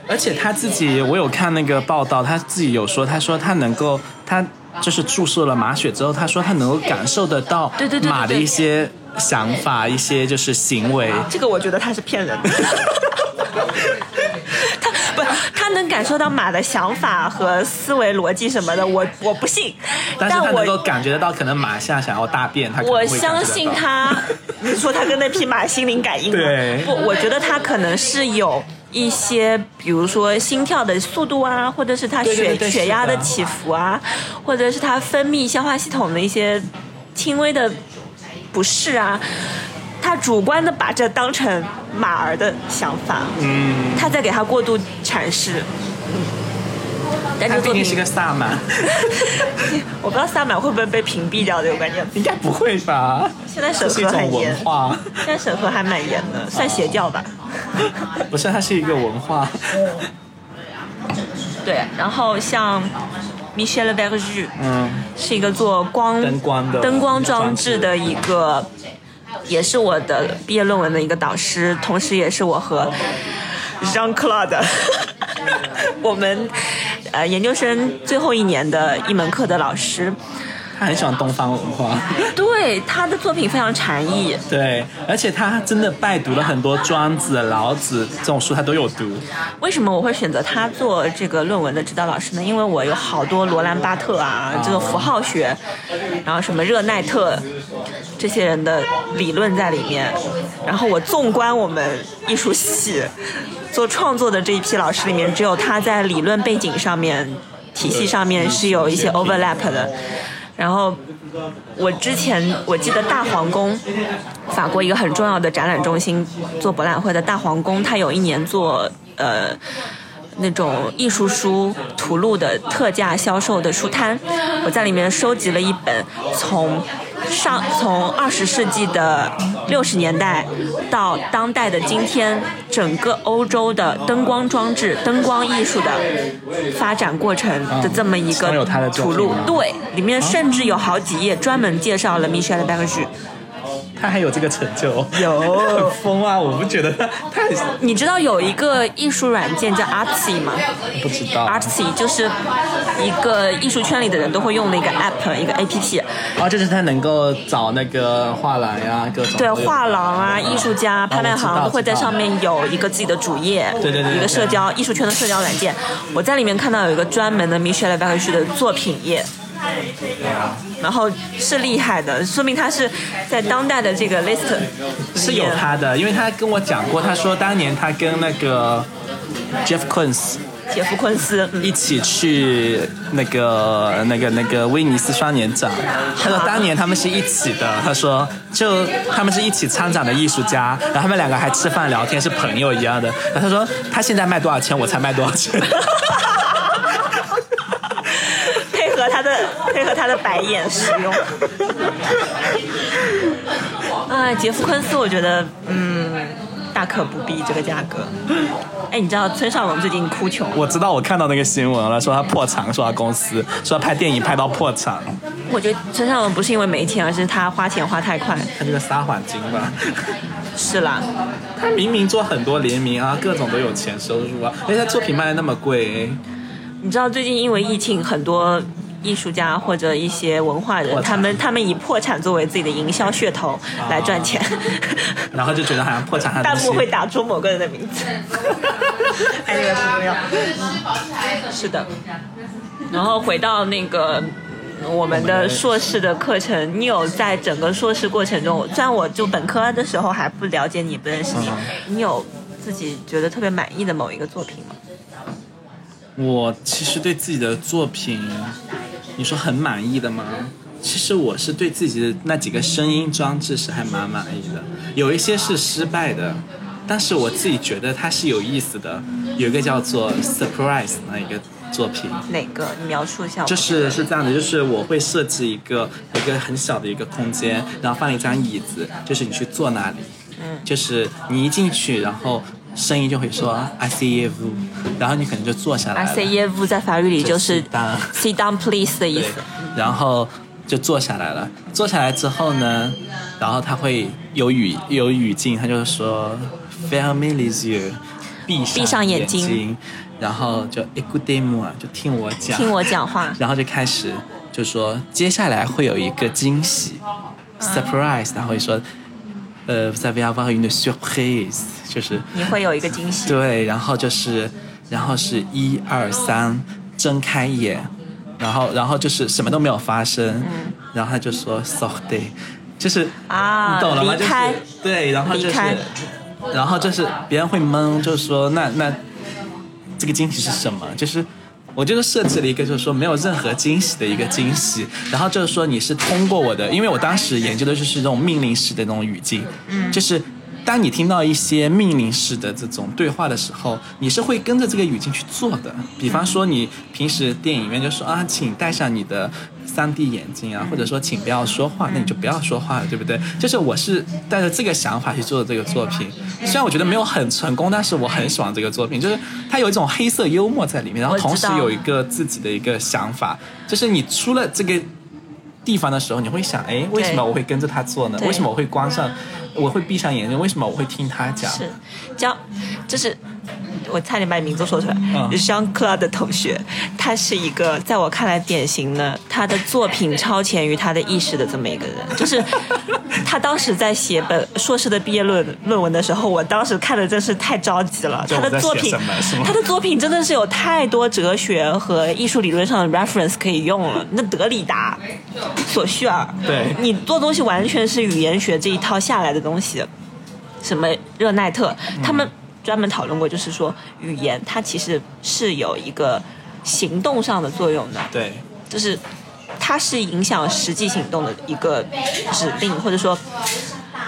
S2: 而且他自己，我有看那个报道，他自己有说，他说他能够，他就是注射了马血之后，他说他能够感受得到
S1: 对对对对
S2: 马的
S1: 对
S2: 一些想法，一些就是行为。
S1: 这个我觉得他是骗人的。 他不，他能感受到马的想法和思维逻辑什么的，我我不信，
S2: 但是他能够
S1: 我
S2: 感觉得到，可能马现在想要大便，他可能
S1: 我
S2: 会感觉得到
S1: 相信。他。你说他跟那匹马心灵感应吗？
S2: 对
S1: 不，我觉得他可能是有一些，比如说心跳的速度啊，或者是他血
S2: 对对对对
S1: 血压的
S2: 是的
S1: 起伏啊，或者是他分泌消化系统的一些轻微的不适啊。他主观的把这当成马儿的想法，嗯，他在给他过度阐释，嗯，但
S2: 他
S1: 这作
S2: 毕
S1: 品
S2: 竟是个萨满，
S1: 我不知道萨满会不会被屏蔽掉这个观念，
S2: 应该不会吧？
S1: 现在审
S2: 这是一
S1: 核
S2: 种
S1: 很严
S2: 文，化。
S1: 哦现在审核还蛮严的，算邪教吧。
S2: 不是，它是一个文化。
S1: 对，然后像 Michel v e r g u
S2: 嗯，
S1: 是一个做光
S2: 灯光的
S1: 灯光装置的一个，也是我的毕业论文的一个导师，同时也是我和 Jean Claude 我们呃研究生最后一年的一门课的老师。
S2: 他很喜欢东方文化。
S1: 对他的作品非常禅意，
S2: 对，而且他真的拜读了很多庄子、老子这种书，他都有读。
S1: 为什么我会选择他做这个论文的指导老师呢？因为我有好多罗兰巴特啊，这个符号学，然后什么热奈特这些人的理论在里面。然后我纵观我们艺术系做创作的这一批老师里面，只有他在理论背景上面、体系上面是有一些 overlap 的。然后我之前我记得大皇宫，法国一个很重要的展览中心做博览会的大皇宫，它有一年做呃那种艺术书图录的特价销售的书摊，我在里面收集了一本从上从二十世纪的六十年代到当代的今天，整个欧洲的灯光装置、灯光艺术的发展过程的这么一
S2: 嗯
S1: 个
S2: 有它的作
S1: 图
S2: 品
S1: 录
S2: 吗，
S1: 对，里面甚至有好几页专门介绍了 Michel b a g e
S2: 他还有这个成就，
S1: 有
S2: 很疯啊！我不觉得他，他很
S1: 你知道有一个艺术软件叫 Artsy 吗？
S2: 不知道。啊
S1: Artsy 就是一个艺术圈里的人都会用的一个 app，一个 app，
S2: 哦，就是他能够找那个画廊呀、各种
S1: 对
S2: 都有
S1: 画廊啊、艺术家、拍卖行都会在上。
S2: 哦
S1: 面有一个自己的主页，
S2: 对对对对
S1: 一个社交艺术圈的社交软件。我在里面看到有一个专门的 Michelle b a c h 的作品页。然后是厉害的，说明他是在当代的这个 list
S2: 我知道知道是有他的，因为他跟我讲过，他说当年他跟那个 Jeff Koons
S1: 杰夫昆斯，嗯
S2: 一起去那个那个那个威尼斯双年展，他说当年他们是一起的，他说就他们是一起参展的艺术家，然后他们两个还吃饭聊天，是朋友一样的。然后他说他现在卖多少钱，我才卖多少钱。
S1: 配合他的 配合他的白眼使 用。啊，杰夫昆斯，我觉得嗯，大可不必这个价格。哎，你知道村上隆最近哭穷，
S2: 我知道，我看到那个新闻了，说他破产，说他公司说他拍电影拍到破产，
S1: 我觉得村上隆不是因为没钱，而是他花钱花太快。
S2: 他这个撒谎精吧。
S1: 是啦，
S2: 他明明做很多联名啊，各种都有钱收入啊，而且他作品卖的那么贵，哎
S1: 你知道最近因为疫情，很多艺术家或者一些文化人，
S2: 破产
S1: 他们他们以破产作为自己的营销噱头来赚钱。
S2: 然后就觉得好像破产他
S1: 弹
S2: 东西
S1: 幕会打出某个人的名字。 哎，你们不重要。是的。然后回到那个嗯我们的硕士的课程，你有在整个硕士过程中，虽然我就本科的时候还不了解你，不认识你，你有自己觉得特别满意的某一个作品吗？
S2: 我其实对自己的作品，你说很满意的吗？其实我是对自己的那几个声音装置是还蛮满意的，有一些是失败的，但是我自己觉得它是有意思的。有一个叫做 Surprise 那一个作品，
S1: 哪个？你描述一下我。
S2: 就是是这样的，就是我会设置一个一个很小的一个空间，然后放一张椅子，就是你去坐那里，嗯，就是你一进去，然后声音就会说 I see you，然后你可能就坐下来
S1: I
S2: 了。
S1: say y e v 在法语里就是
S2: sit down
S1: sit down please 的意
S2: 对
S1: 思。，
S2: 然后就坐下来了。坐下来之后呢，然后他会有语有语境，他就说 “Ferme les yeux”，闭上
S1: 闭上眼
S2: 眼
S1: 睛
S2: 然后就 “Écoutez-moi”，就听我讲，
S1: 听我讲话。
S2: 然后就开始就说接下来会有一个惊喜、s
S1: 嗯
S2: u r p r i s e 然后会说，呃，vous allez avoir une surprise，就是
S1: 你会有一个惊喜。
S2: 对，然后就是，然后是一二三，睁开眼，然后然后就是什么都没有发生，
S1: 嗯
S2: 然后他就说 sorry，就是
S1: 啊
S2: 你懂了吗？
S1: 离开
S2: 就是对，然后就
S1: 离
S2: 是
S1: 开，
S2: 然后就是别人会懵，就是说那那这个惊喜是什么？就是。我就是设置了一个，就是说没有任何惊喜的一个惊喜，然后就是说你是通过我的，因为我当时研究的就是这种命令式的那种语境，嗯，就是当你听到一些命令式的这种对话的时候，你是会跟着这个语境去做的。比方说，你平时电影院就说啊，请带上你的三 D 眼镜
S1: 嗯
S2: 啊，或者说请不要说话，那你就不要说话了，对不对？就是我是带着这个想法去做的这个作品，虽然我觉得没有很成功，但是我很喜欢这个作品，就是它有一种黑色幽默在里面，然后
S1: 我知道
S2: 同时有一个自己的一个想法，就是你出了这个地方的时候，你会想，哎，为什么我会跟着他做呢？
S1: 对
S2: 为什么我会关上，我会闭上眼睛？为什么我会听他讲？
S1: 是，江，就是我差点把你名字说出来、
S2: 嗯
S1: j e a n Claude 的同学，他是一个在我看来典型的，他的作品超前于他的意识的这么一个人。就是他当时在写本硕士的毕业论论文的时候，我当时看的真是太着急了。
S2: 就
S1: 他
S2: 我在
S1: 的
S2: 写
S1: 作品
S2: 什么是吗，
S1: 他的作品真的是有太多哲学和艺术理论上的 reference 可以用了。那德里达、索绪尔，
S2: 对
S1: 你做东西完全是语言学这一套下来的东西。什么热奈特，他们专门讨论过，就是说语言它其实是有一个行动上的作用的，
S2: 对，
S1: 就是它是影响实际行动的一个指令，或者说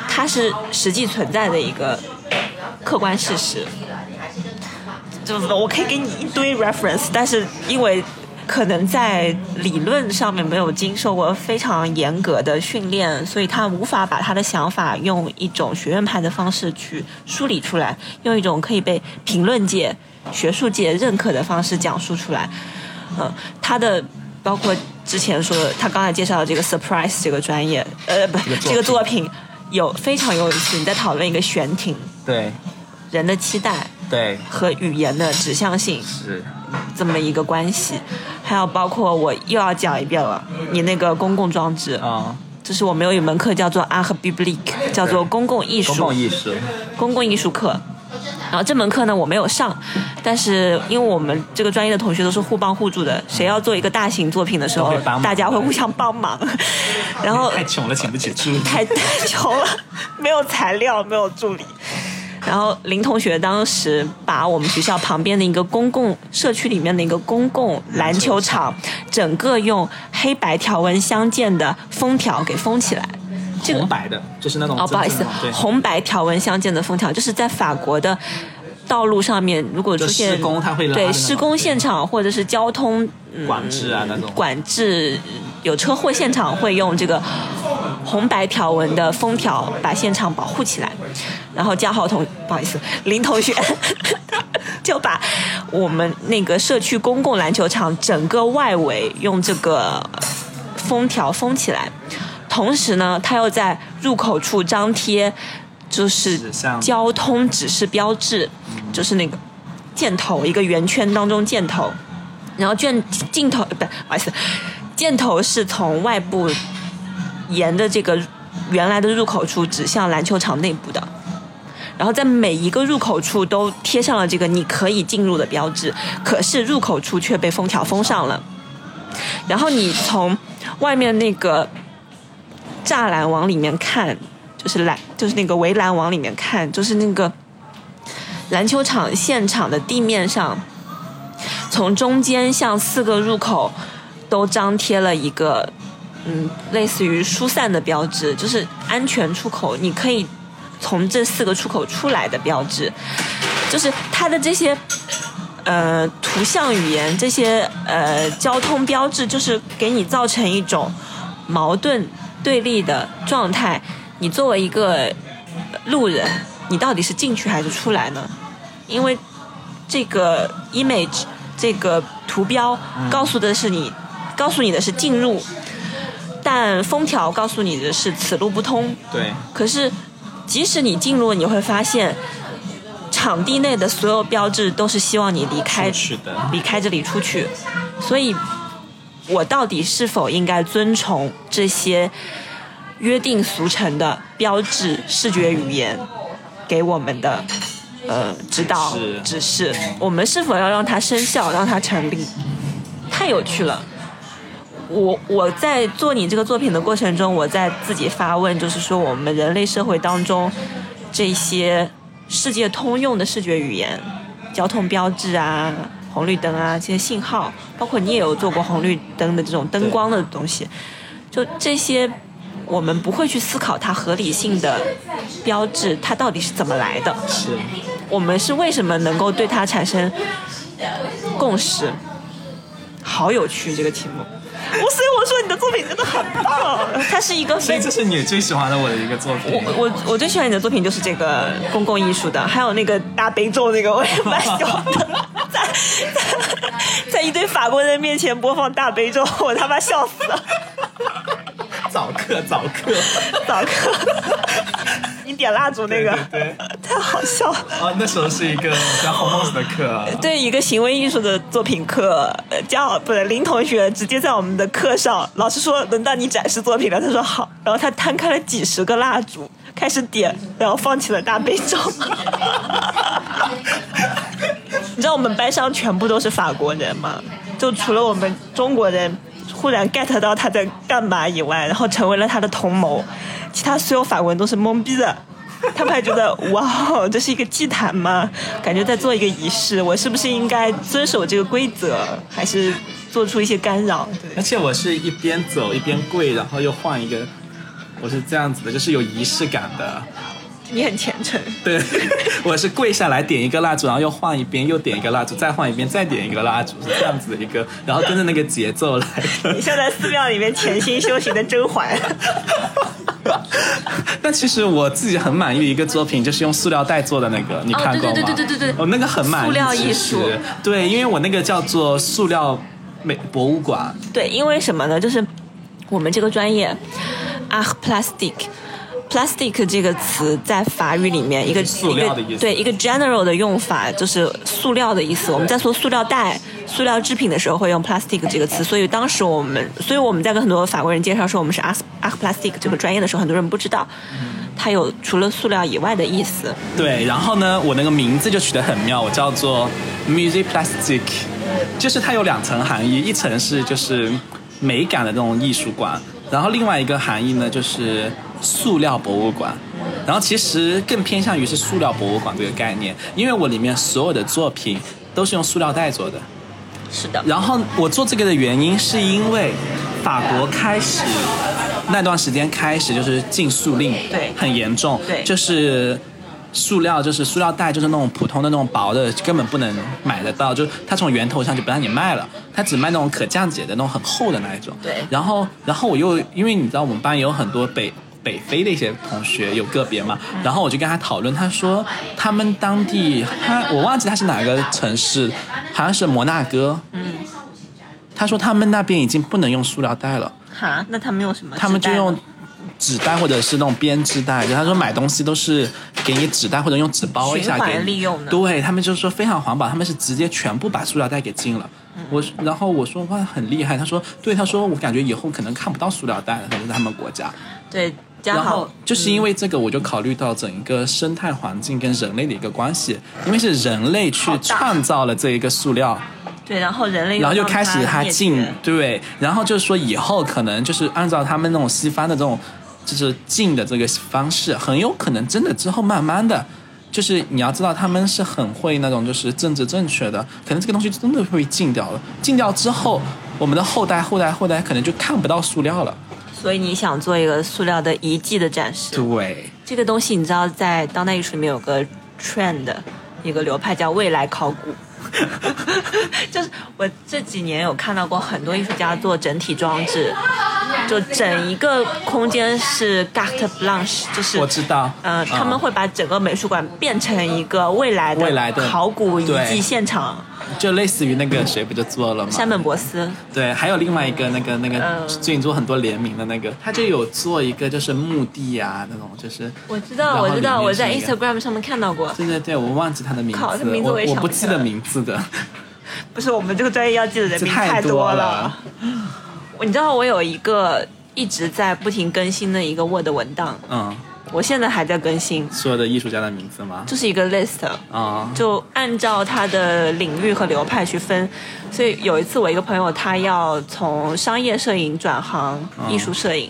S1: 它是实际存在的一个客观事实。就是我可以给你一堆 reference，但是因为可能在理论上面没有经受过非常严格的训练，所以他无法把他的想法用一种学院派的方式去梳理出来，用一种可以被评论界、学术界认可的方式讲述出来。嗯，他的包括之前说的，他刚才介绍的这个 surprise 这个专业，呃，不，
S2: 这个作品
S1: 这个作品有非常有意思。你在讨论一个悬停，
S2: 对，
S1: 人的期待
S2: 对，
S1: 和语言的指向性，
S2: 是，
S1: 这么一个关系，还有包括我又要讲一遍了，你那个公共装置，
S2: 啊、
S1: 就是我们有一门课叫做 Art Public，叫做公共艺术，
S2: 公共艺术，
S1: 公共艺术课。然后这门课呢，我没有上，但是因为我们这个专业的同学都是互帮互助的，谁要做一个大型作品的时候
S2: 都会帮，忙
S1: 大家会互相帮忙。 然后
S2: 太穷了，请不起住。
S1: 太太穷了， 没有材料，没有助理。然后林同学当时把我们学校旁边的一个公共社区里面的一个公共篮球场，整个用黑白条纹相间的封条给封起来。这个
S2: 红白的，就是那种
S1: 哦，不好意思
S2: 真正的，
S1: 红白条纹相间的封条，就是在法国的道路上面，如果出现
S2: 就施工它会拉的那
S1: 对
S2: 种
S1: 施工现场或者是交通
S2: 对管制啊那种，
S1: 管制有车祸现场会用这个红白条纹的封条把现场保护起来，然后江浩同不好意思林同学 就把我们那个社区公共篮球场整个外围用这个封条封起来，同时呢，他又在入口处张贴就是
S2: 指向
S1: 交通指示标志，就是那个箭头一个圆圈当中箭头。然后卷镜头呃不，不好意思，箭头是从外部沿着这个原来的入口处指向篮球场内部的。然后在每一个入口处都贴上了这个你可以进入的标志，可是入口处却被封条封上了。然后你从外面那个栅栏往里面看，就是篮，就是那个围栏往里面看，就是那个篮球场现场的地面上，从中间向四个入口都张贴了一个，嗯，类似于疏散的标志，就是安全出口，你可以从这四个出口出来的标志，就是它的这些。呃，图像语言这些呃交通标志，就是给你造成一种矛盾对立的状态。你作为一个路人，你到底是进去还是出来呢？因为这个 image 这个图标告诉的是你，告诉你的是进入，但封条告诉你的是此路不通。
S2: 对
S1: 可是，即使你进入，你会发现，场地内的所有标志都是希望你离开
S2: 出去的
S1: 离开这里出去。所以，我到底是否应该遵从这些约定俗成的标志、视觉语言给我们的呃指导
S2: 是
S1: 指示？我们是否要让它生效，让它成立？太有趣了。我我在做你这个作品的过程中，我在自己发问，就是说我们人类社会当中这些世界通用的视觉语言，交通标志啊、红绿灯啊这些信号，包括你也有做过红绿灯的这种灯光的东西，就这些我们不会去思考它合理性的标志，它到底是怎么来的？
S2: 是，
S1: 我们是为什么能够对它产生共识？好有趣这个题目，我所以我说你的作品真的很棒，它是一个
S2: 所
S1: 非
S2: 以这是你最喜欢的我的一个作品。
S1: 我我最喜欢你的作品就是这个公共艺术的，还有那个大悲咒那个，我也蛮喜欢的。在在在一堆法国人面前播放大悲咒，我他妈笑死了。
S2: 早课早课，
S1: 早课， 你点蜡烛那个，
S2: 对
S1: 太好笑了。
S2: 啊，那时候是一个叫 homos 的课，啊
S1: 对一个行为艺术的作品课，呃叫不是林同学直接在我们的课上，老师说轮到你展示作品了，他说好，然后他摊开了几十个蜡烛，开始点，然后放起了大悲咒。你知道我们班上全部都是法国人吗？就除了我们中国人忽然 get 到他在干嘛以外，然后成为了他的同谋，其他所有法国人都是懵逼的。他们还觉得哇哦，这是一个祭坛吗？感觉在做一个仪式，我是不是应该遵守这个规则，还是做出一些干扰？对，
S2: 而且我是一边走一边跪，然后又换一个，我是这样子的，就是有仪式感的。
S1: 你很虔诚。
S2: 对， 我是跪下来点一个蜡烛，然后又换一边，又点一个蜡烛，再换一边，再点一个蜡烛，是这样子的一个，然后跟着那个节奏来的
S1: 你。像在寺庙里面潜心修行的甄嬛，
S2: 但其实我自己很满意的一个作品，就是用塑料袋做的那个，你看过吗？
S1: 哦对对对对对对
S2: 哦，那个很满意。
S1: 塑料
S2: 其
S1: 艺
S2: 实
S1: 术
S2: 对，因为我那个叫做塑料美博物馆，
S1: 对，因为什么呢？就是我们这个专业 a r plastic。plastic 这个词在法语里面，一个
S2: 塑料的
S1: 一
S2: 意
S1: 个
S2: 思
S1: 对一个 general 的用法就是塑料的意思。我们在说塑料袋、塑料制品的时候会用 plastic 这个词，所以当时我们，所以我们在跟很多法国人介绍说我们是 a r plastic 这个专业的时候，很多人不知道
S2: 嗯
S1: 它有除了塑料以外的意思。
S2: 对，然后呢，我那个名字就取得很妙，我叫做 Music Plastic，就是它有两层含义，一层是就是美感的那种艺术馆，然后另外一个含义呢就是塑料博物馆。然后其实更偏向于是塑料博物馆这个概念，因为我里面所有的作品都是用塑料袋做的。
S1: 是的，
S2: 然后我做这个的原因是因为法国开始那段时间开始就是禁塑令，
S1: 对
S2: 很严重，
S1: 对
S2: 就是。塑料就是塑料袋，就是那种普通的那种薄的，根本不能买得到。就是它从源头上就不让你卖了，它只卖那种可降解的那种很厚的那一种。
S1: 对
S2: 然后，然后我又因为你知道我们班有很多北北非的一些同学，有个别嘛，然后我就跟他讨论，他说他们当地他我忘记他是哪个城市，好像是摩纳哥，他说他们那边已经不能用塑料袋了，
S1: 哈，那他们用什么？
S2: 他们就用纸袋或者是那种编织袋。就他说买东西都是给你纸袋或者用纸包一下
S1: 循环
S2: 给你
S1: 利用的
S2: 对他们就说非常环保，他们是直接全部把塑料袋给禁了。
S1: 嗯
S2: 我然后我说哇很厉害，他说对，他说我感觉以后可能看不到塑料袋了，可能在他们国家。
S1: 对，加
S2: 然后
S1: 好嗯
S2: 就是因为这个，我就考虑到整一个生态环境跟人类的一个关系，因为是人类去
S1: 好大
S2: 创造了这一个塑料。
S1: 嗯对，然后人类
S2: 然后就
S1: 又让
S2: 开始
S1: 它
S2: 他
S1: 灭
S2: 进
S1: 绝
S2: 对，然后就是说以后可能就是按照他们那种西方的这种就是进的这个方式，很有可能真的之后慢慢的。就是你要知道，他们是很会那种就是政治正确的，可能这个东西真的会禁掉了。禁掉之后，我们的后代、后代、后代可能就看不到塑料了。
S1: 所以你想做一个塑料的遗迹的展示？
S2: 对，
S1: 这个东西你知道，在当代艺术里面有个 trend，一个流派叫未来考古。 就是我这几年有看到过很多艺术家做整体装置，就整一个空间是 carte blanche，就是
S2: 我知道。嗯
S1: 呃，他们会把整个美术馆变成一个未来的
S2: 未来的
S1: 考古遗
S2: 对
S1: 迹现场。
S2: 就类似于那个谁不就做了吗？
S1: 山本博斯，
S2: 对，还有另外一个那个那个
S1: 嗯
S2: 最近做很多联名的那个，他就有做一个就是墓地啊那种，就是
S1: 我知
S2: 然
S1: 道，
S2: 后
S1: 我知道，
S2: 里面
S1: 我
S2: 是
S1: 在
S2: 一个
S1: Instagram 上面看到过。
S2: 对对对，我忘记他的名字，
S1: 靠他名字我也
S2: 我
S1: 想不
S2: 不记
S1: 起
S2: 得
S1: 来
S2: 名字的，
S1: 不是我们这个专业要记得人
S2: 这
S1: 名
S2: 太
S1: 多
S2: 了。。
S1: 你知道我有一个一直在不停更新的一个 Word 文档，
S2: 嗯，
S1: 我现在还在更新，
S2: 所有的艺术家的名字吗？
S1: 就是一个 list，
S2: 啊、
S1: 就按照它的领域和流派去分。所以有一次我一个朋友他要从商业摄影转行艺术摄影。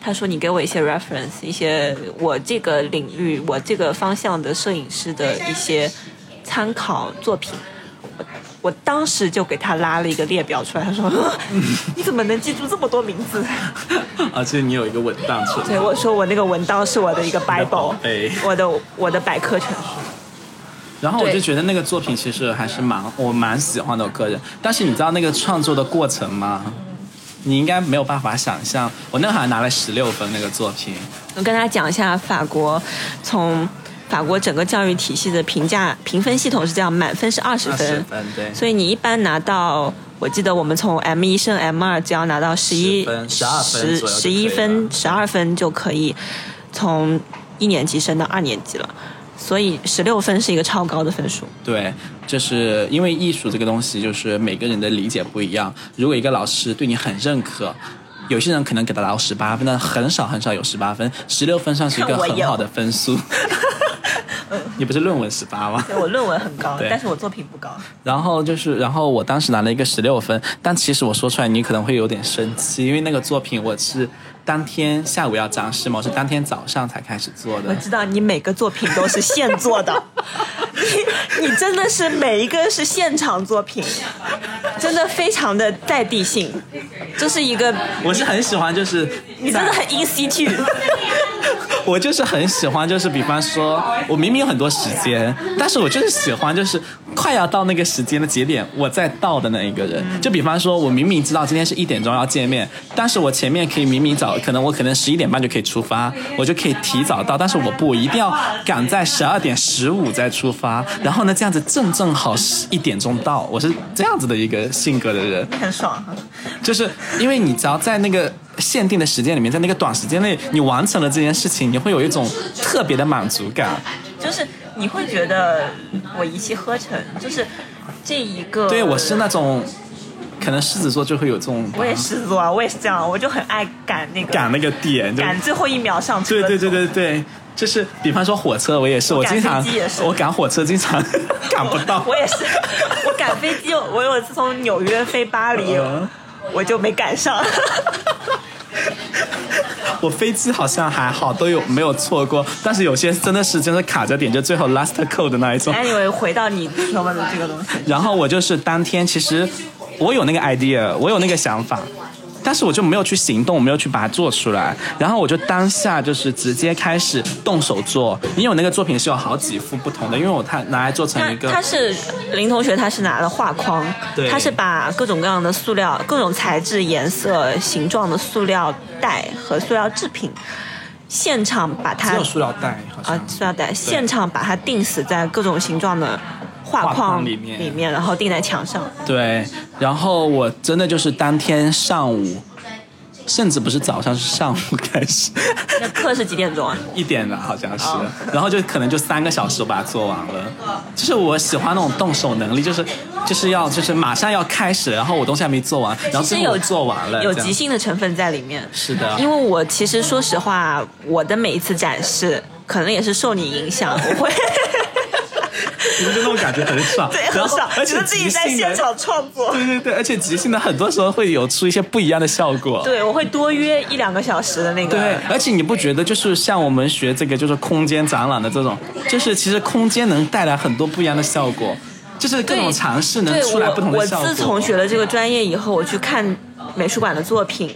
S1: 他说：“你给我一些 reference，一些我这个领域、我这个方向的摄影师的一些参考作品。”我当时就给他拉了一个列表出来，他说：“ 你怎么能记住这么多名字？”
S2: 而且啊你有一个文档是
S1: 对，我说我那个文档是我的一个 Bible，
S2: 哎
S1: 我的我的百科全书。
S2: 然后我就
S1: 对
S2: 觉得那个作品其实还是蛮我蛮喜欢的，我个人。但是你知道那个创作的过程吗？你应该没有办法想象，我那好像拿了十六分那个作品，
S1: 我跟大家讲一下法国从。法国整个教育体系的评价评分系统是这样，满分是二十
S2: 20
S1: 分，
S2: 分对
S1: 所以你一般拿到，我记得我们从 M 一升 M 二只要拿到十一
S2: 10分12分左右就可以了
S1: 十一分、十二分就可以从一年级升到二年级了，所以十六分是一个超高的分数。
S2: 对，就是因为艺术这个东西，就是每个人的理解不一样。如果一个老师对你很认可，有些人可能给他到十八分，但很少很少有十八分，十六分算是一个
S1: 看我
S2: 很
S1: 有
S2: 好的分 数。你不是论文十八吗？
S1: 对我论文很高
S2: 对但是
S1: 我作品不高。
S2: 然后就是，然后我当时拿了一个十六分，但其实我说出来你可能会有点生气，因为那个作品我是当天下午要展示嘛，我是当天早上才开始做
S1: 我
S2: 的。
S1: 知道你每个作品都是现做 的，你你真的是每一个是现场作品，真的非常的在地性，这是一个
S2: 我是很喜欢，就是
S1: 你真的很 in situ。
S2: 我就是很喜欢，就是比方说，我明明有很多时间，但是我就是喜欢，就是快要到那个时间的节点，我再到的那一个人。就比方说，我明明知道今天是一点钟要见面，但是我前面可以明明早，可能我可能十一点半就可以出发，我就可以提早到，但是我不，我一定要赶在十二点十五再出发。然后呢，这样子正正好一点钟到，我是这样子的一个性格的人。
S1: 很爽。
S2: 就是因为你只要在那个限定的时间里面，在那个短时间内，你完成了这件事情，你会有一种特别的满足感。
S1: 就是你会觉得我一气呵成，就是这一个。
S2: 对我是那种，可能狮子座就会有这种
S1: 我也狮子座啊，我也是这样，我就很爱赶那个
S2: 赶那个点，就
S1: 赶最后一秒上车。
S2: 对对对对对，就是比方说火车，我也是，我
S1: 赶
S2: 经常
S1: 飞机也是
S2: 我赶火车经常赶不到，
S1: 我也是，我赶飞机，我有一次从纽约飞巴黎，
S2: 嗯
S1: 我就没赶上。
S2: 我飞机好像还好，都有没有错过，但是有些真的是真的卡着点，就最后 last call 的那 一种。
S1: anyway，回到你说问的这个东 西，
S2: 然后我就是当天其实我有那个 idea，我有那个想法。但是我就没有去行动，我没有去把它做出来，然后我就当下就是直接开始动手做，因为我那个作品是有好几幅不同的，因为我它拿来做成
S1: 他
S2: 一个
S1: 他是林同学，他是拿了画框
S2: 对，
S1: 他是把各种各样的塑料、各种材质、颜色、形状的塑料袋和塑料制品，现场把它
S2: 只有塑料袋，好像、
S1: 啊，塑料袋，现场把它钉死在各种形状的画框
S2: 画框里面
S1: 然后钉在墙上。
S2: 对，然后我真的就是当天上午，甚至不是早上，是上午开始，
S1: 那课是几点钟啊？
S2: 一点了，好像是，然后就可能就三个小时把它做完了。就是我喜欢那种动手能力，就是就是要就是马上要开始了，然后我东西还没做完，然后
S1: 其
S2: 最
S1: 实有
S2: 后我做完了，
S1: 有
S2: 这样
S1: 即兴的成分在里面。
S2: 是的
S1: 因为我其实说实话，我的每一次展示可能也是受你影响，我 会
S2: 你们就那种感觉很爽，
S1: 对
S2: 然
S1: 很
S2: 后
S1: 少，
S2: 而
S1: 觉
S2: 且
S1: 得自己在
S2: 即兴的
S1: 现。场创作。
S2: 对对对，而且即兴的很多时候会有出一些不一样的效果。
S1: 对，我会多约一两个小时的那个。
S2: 对，而且你不觉得就是像我们学这个就是空间展览的这种，就是其实空间能带来很多不一样的效果，就是各
S1: 对
S2: 种尝试能
S1: 对
S2: 出来不同
S1: 我
S2: 的
S1: 我
S2: 效果。嗯
S1: 自从学了这个专业以后，我去看美术馆的作品，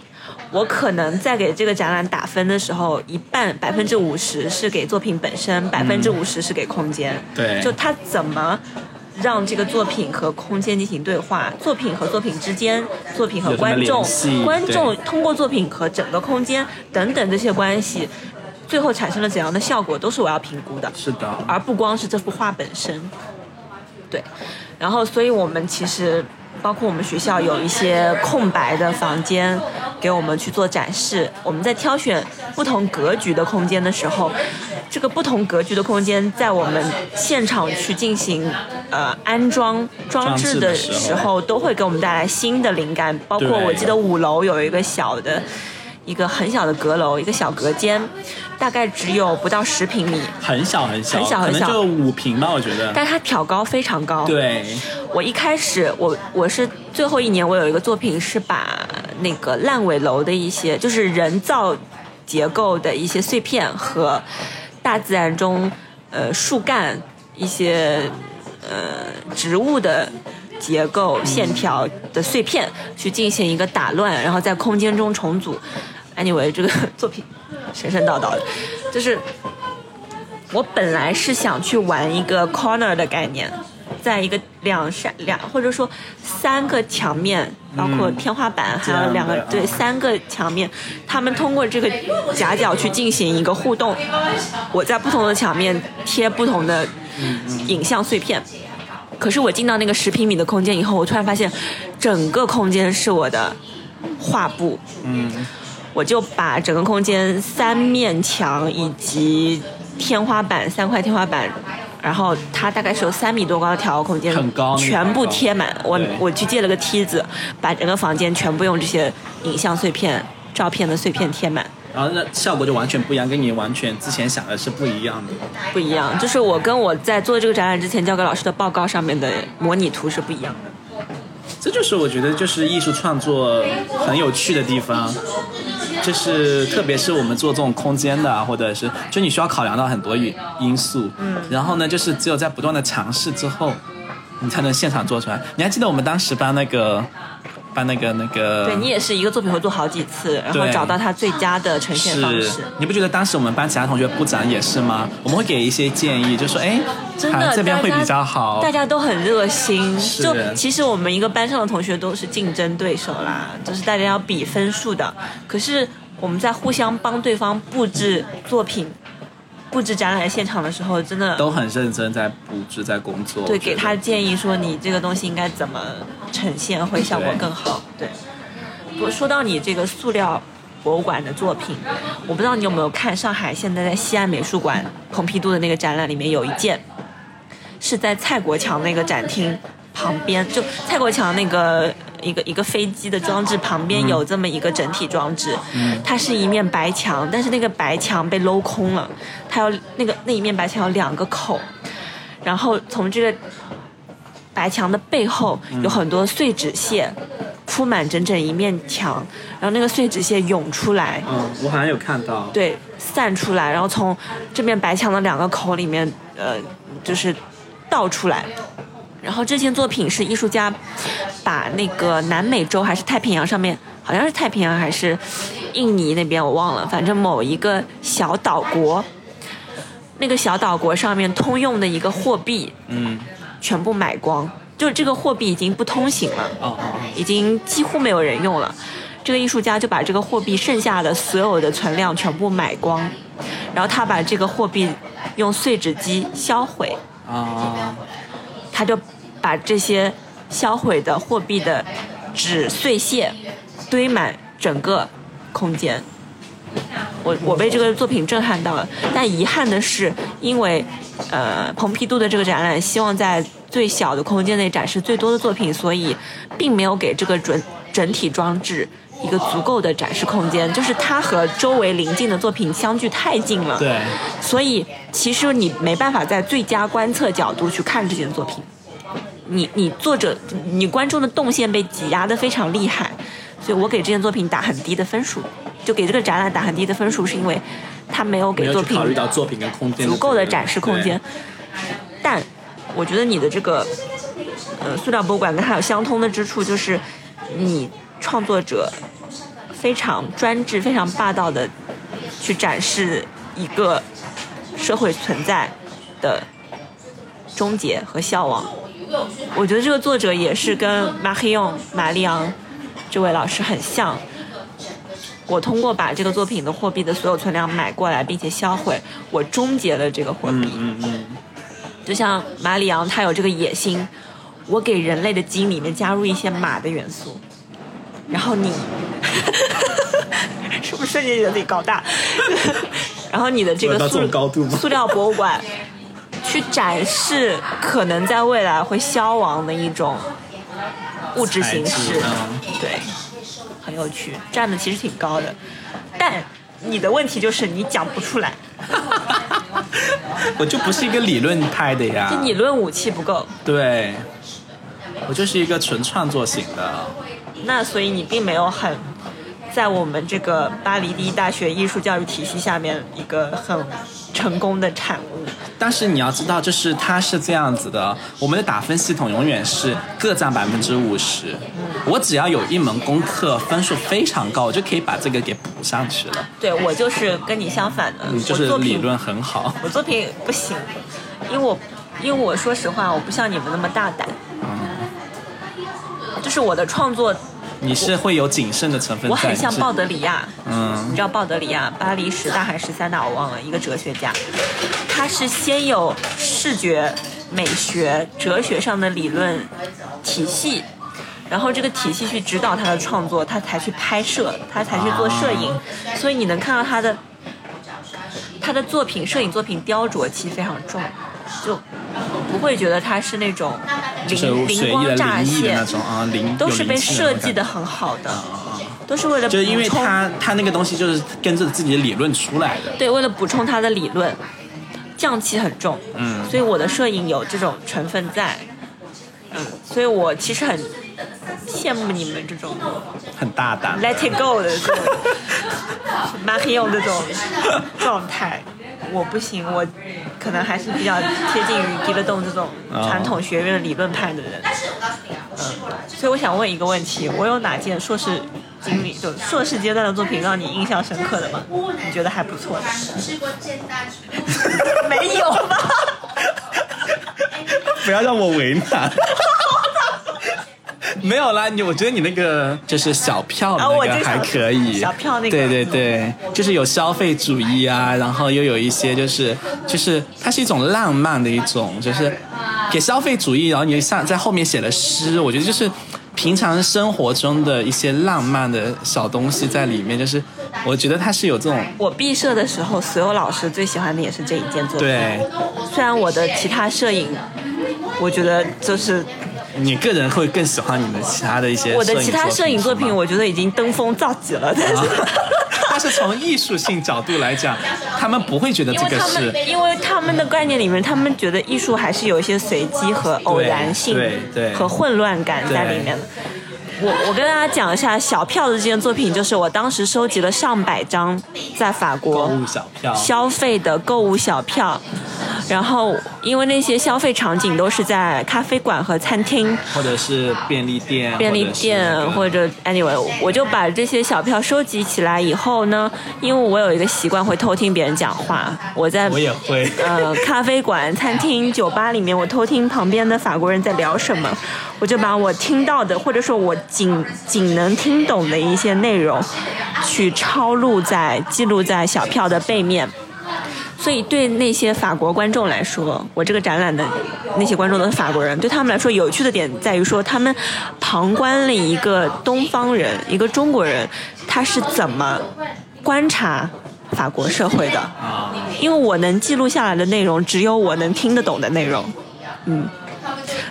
S1: 我可能在给这个展览打分的时候，一半百分之五十是给作品本身，百分之五十是给空间。
S2: 嗯对
S1: 就它怎么。让这个作品和空间进行对话，作品和作品之间，作品和
S2: 有什么
S1: 观众
S2: 联系，
S1: 观众
S2: 对
S1: 通过作品和整个空间等等这些关系，最后产生了怎样的效果，都是我要评估的。
S2: 是的，
S1: 而不光是这幅画本身。对，然后所以我们其实包括我们学校有一些空白的房间给我们去做展示。我们在挑选不同格局的空间的时候，这个不同格局的空间在我们现场去进行呃安装装置的
S2: 装置的
S1: 时
S2: 时
S1: 候，都会给我们带来新的灵感。包括
S2: 对
S1: 我记得五楼有一个小的。一个很小的阁楼，一个小隔间，大概只有不到十平米，
S2: 很小很小，
S1: 很小很
S2: 可
S1: 小
S2: 能就五平吧，我觉得。
S1: 但它挑高非常高。，
S2: 对，
S1: 我一开始我我是最后一年，我有一个作品是把那个烂尾楼的一些就是人造结构的一些碎片和大自然中呃树干一些呃植物的。结构线条的碎片去进行一个打乱，然后在空间中重组。Anyway，这个 作品神神叨叨的，就是我本来是想去玩一个 corner 的概念，在一个两扇两或者说三个墙面，包括天嗯花板，啊还有两个
S2: 这样的
S1: 对三个墙面，他们通过这个夹角去进行一个互动。我在不同的墙面贴不同的影像碎片。可是我进到那个十平米的空间以后，我突然发现，整个空间是我的画布。
S2: 嗯
S1: 我就把整个空间三面墙以及天花板三块天花板，然后它大概是有三米多高的条空间，
S2: 很高那个
S1: 全部贴满。我
S2: 对
S1: 我去借了个梯子，把整个房间全部用这些影像碎片、照片的碎片贴满。
S2: 然后那效果就完全不一样，跟你完全之前想的是不一样的。
S1: 不一样，就是我跟我在做这个展览之前交给老师的报告上面的模拟图是不一样的。
S2: 这就是我觉得就是艺术创作很有趣的地方，就是特别是我们做这种空间的啊，或者是就你需要考量到很多因因素，嗯，然后呢，就是只有在不断的尝试之后，你才能现场做出来。你还记得我们当时搬那个搬那个那个
S1: 对你也是一个作品会做好几次，然后
S2: 嗯对
S1: 找到它最佳的呈现方
S2: 是
S1: 式。，
S2: 你不觉得当时我们班其他同学布展也是吗？我们会给一些建议，就说哎，
S1: 真
S2: 好
S1: 的，
S2: 像这边
S1: 大
S2: 会
S1: 家
S2: 比较好，
S1: 大家都很热心。
S2: 是
S1: 就其实我们一个班上的同学都是竞争对手啦，就是大家要比分数的。可是我们在互相帮对方布置作品、布置展览现场的时候，真的
S2: 都很认真在布置在工作，
S1: 对
S2: 我觉
S1: 给
S2: 得
S1: 他建议说你这个东西应该怎么呈现会效果更好。对，不过说到你这个塑料博物馆的作品，我不知道你有没有看上海现在在西安美术馆蓬皮杜的那个展览里面有一件，是在蔡国强那个展厅旁边，就蔡国强那个。一个一个飞机的装置旁边有这么一个整体装置，它是一面白墙，但是那个白墙被镂空了，它有那个那一面白墙有两个口，然后从这个白墙的背后有很多碎纸屑，铺满整整一面墙，然后那个碎纸屑涌出来，
S2: 嗯，我好像有看到，
S1: 对，散出来，然后从这面白墙的两个口里面，呃，就是倒出来。然后这件作品是艺术家把那个南美洲还是太平洋上面，好像是太平洋还是印尼那边我忘了，反正某一个小岛国，那个小岛国上面通用的一个货币，
S2: 嗯，
S1: 全部买光，就是这个货币已经不通行了。
S2: 哦哦，
S1: 已经几乎没有人用了。这个艺术家就把这个货币剩下的所有的存量全部买光，然后他把这个货币用碎纸机销毁，
S2: 啊，
S1: 他就把这些销毁的货币的纸碎屑堆满整个空间。我我被这个作品震撼到了，但遗憾的是，因为呃，蓬皮杜的这个展览希望在最小的空间内展示最多的作品，所以并没有给这个整整体装置一个足够的展示空间，就是它和周围邻近的作品相距太近了，
S2: 对，
S1: 所以其实你没办法在最佳观测角度去看这件作品，你你作者你观众的动线被挤压的非常厉害，所以我给这件作品打很低的分数，就给这个展览打很低的分数，是因为它没有
S2: 没
S1: 给
S2: 有
S1: 作
S2: 去
S1: 品
S2: 考虑到作品跟空间
S1: 足够的展示空间
S2: 对。
S1: 但我觉得你的这个呃塑料博物馆跟它有相通的之处，就是你创作者非常专制、非常霸道的去展示一个社会存在的终结和消亡。我觉得这个作者也是跟马黑用马利昂这位老师很像。我通过把这个作品的货币的所有存量买过来，并且销毁，我终结了这个货币。
S2: 嗯嗯，
S1: 就像马里昂，他有这个野心，我给人类的基因里面加入一些马的元素，然后你， 是不是瞬间觉得自己高大？ 然后你的这
S2: 做
S1: 个
S2: 到这
S1: 塑
S2: 种高度吗
S1: 塑料博物馆，去展示可能在未来会消亡的一种物质形式，
S2: 嗯
S1: 对，很有趣，站的其实挺高的，但你的问题就是你讲不出 来，
S2: 我就不是一个理论派的呀
S1: 就，理论武器不够。
S2: 对，我就是一个纯创作型的，
S1: 那所以你并没有很在我们这个巴黎第一大学艺术教育体系下面一个很成功的产物。
S2: 但是你要知道，就是它是这样子的，我们的打分系统永远是各占百分之五十。我只要有一门功课分数非常高，我就可以把这个给补上去了。
S1: 对我就是跟你相反的，
S2: 嗯你就
S1: 我
S2: 是
S1: 作
S2: 理
S1: 品
S2: 论很好，
S1: 我作品不行，因为我因为我说实话，我不像你们那么大胆，啊就是我的创作，
S2: 你是会有谨慎的成分在。
S1: 我很
S2: 你是
S1: 像鲍德里亚，
S2: 嗯
S1: 你知道鲍德里亚，巴黎十大还是十三大，我忘了，一个哲学家，他是先有视觉、美学、哲学上的理论体系，然后这个体系去指导他的创作，他才去拍摄，他才去做摄影，所以你能看到他的他的作品，摄影作品雕琢其实非常重，就不会觉得他是那种
S2: 就是
S1: 灵灵
S2: 随意
S1: 光
S2: 的
S1: 乍
S2: 灵异的
S1: 现
S2: 那，种啊，灵
S1: 都是
S2: 有
S1: 被
S2: 灵气那
S1: 设
S2: 种
S1: 计的
S2: 感觉。
S1: 很好的，都是为了
S2: 就是因为
S1: 补充
S2: 他他那个东西就是跟着自己的理论出来的，
S1: 对，为了补充他的理论，匠气很重，嗯，所以我的摄影有这种成分在，嗯，所以我其实很羡慕你们这种
S2: 很大胆。
S1: let it go 的这种马黑勇这种状态。我不行，我可能还是比较贴近于迪勒洞这种传统学院理论派的人。嗯，所以我想问一个问题：我有哪件硕士经历，就硕士阶段的作品让你印象深刻的吗？你觉得还不错的？没有吧？
S2: 不要让我为难。 没有啦，你我觉得你那个就是小票
S1: 啊我
S2: 那
S1: 就
S2: 个
S1: 想
S2: 还可以，
S1: 小票那个
S2: 对对对，就是有消费主义啊，然后又有一些就是就是它是一种浪漫的一种，就是给消费主义，然后你上在后面写了诗，我觉得就是平常生活中的一些浪漫的小东西在里面，就是我觉得它是有这种
S1: 我毕设的时候，所有老师最喜欢的也是这一件作品。
S2: 对
S1: 虽然我的其他摄影，我觉得就是
S2: 你个人会更喜欢你的其他的一些
S1: 我的其他摄影作
S2: 是
S1: 品，
S2: 吗啊
S1: 我觉得已经登峰造极了，但是。
S2: 但是从艺术性角度来讲，他们不会觉得
S1: 因
S2: 这
S1: 为
S2: 个
S1: 他
S2: 是
S1: 们，因为他们的概念里面，他们觉得艺术还是有一些随机和偶然性
S2: 对对
S1: 和混乱感在里面的。我我跟大家讲一下，小票子这件作品，就是我当时收集了上百张在法国
S2: 购物小票，
S1: 消费的购物小票。然后，因为那些消费场景都是在咖啡馆和餐厅、
S2: 或者是便利店，
S1: 便利店
S2: 或
S1: 或
S2: 者
S1: 者 anyway，我就把这些小票收集起来以后呢，因为我有一个习惯会偷听别人讲话，我在
S2: 是我也会。
S1: 呃咖啡馆、餐厅、酒吧里面，我偷听旁边的法国人在聊什么，我就把我听到的，或者说我仅仅能听懂的一些内容，去抄录在记录在小票的背面。所以对那些法国观众来说，我这个展览的那些观众都是法国人，对他们来说有趣的点在于说，他们旁观了一个东方人，一个中国人，他是怎么观察法国社会的。
S2: 啊
S1: 因为我能记录下来的内容，只有我能听得懂的内容，嗯，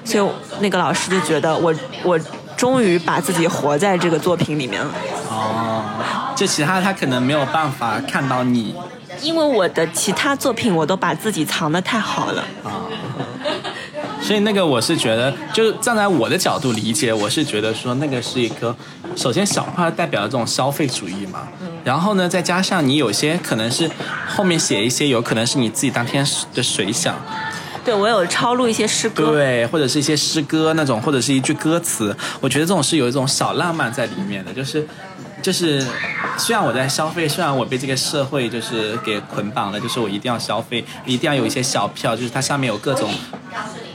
S1: 所以那个老师就觉得我我终于把自己活在这个作品里面了，
S2: 哦，就其他他可能没有办法看到你
S1: 因为我的其他作品我都把自己藏得太好了，
S2: 所以那个我是觉得，就是站在我的角度理解，我是觉得说那个是一个，首先小画代表这种消费主义嘛，
S1: 嗯
S2: 然后呢再加上你有些可能是后面写一些，有可能是你自己当天的随想，
S1: 对我有抄录一些诗歌，
S2: 对，或者是一些诗歌那种，或者是一句歌词，我觉得这种是有一种小浪漫在里面的，就是。就是，虽然我在消费，虽然我被这个社会就是给捆绑了，就是我一定要消费，一定要有一些小票，就是它上面有各种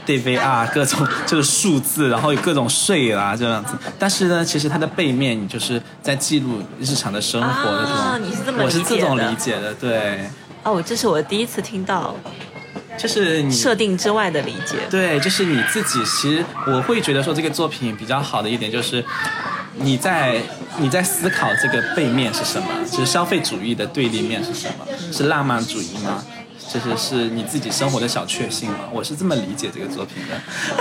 S2: DVR 各种 就是数字，然后有各种税啦、这样子。但是呢，其实它的背面，你就是在记录日常的生活的这种。
S1: 啊你是这么
S2: 我是这种
S1: 理解的
S2: 理解的，对，
S1: 哦，这是我第一次听到
S2: 就是你
S1: 设定之外的理解，
S2: 对，就是你自己。其实我会觉得说这个作品比较好的一点就是，你在你在思考这个背面是什么，就是消费主义的对立面是什么，是浪漫主义吗？就是是你自己生活的小确幸吗？我是这么理解这个作品的。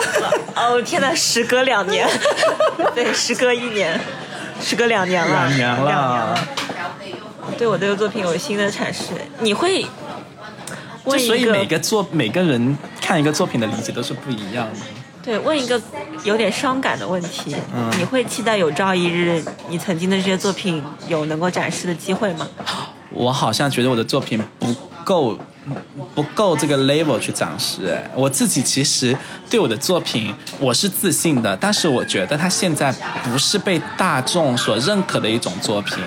S1: 哦天呐，时隔两 年，对，时隔一年，时隔两年了，
S2: 两年
S1: 两
S2: 了
S1: 年了对我这个作品有新的阐释，你会
S2: 就
S1: 问一
S2: 所以
S1: 个
S2: 每个作每个人看一个作品的理解都是不一样的。
S1: 对问一个有点伤感的问题，
S2: 嗯
S1: 你会期待有朝一日你曾经的这些作品有能够展示的机会吗？
S2: 我好像觉得我的作品不够，不够这个 level 去展示。哎我自己其实对我的作品我是自信的，但是我觉得它现在不是被大众所认可的一种作品。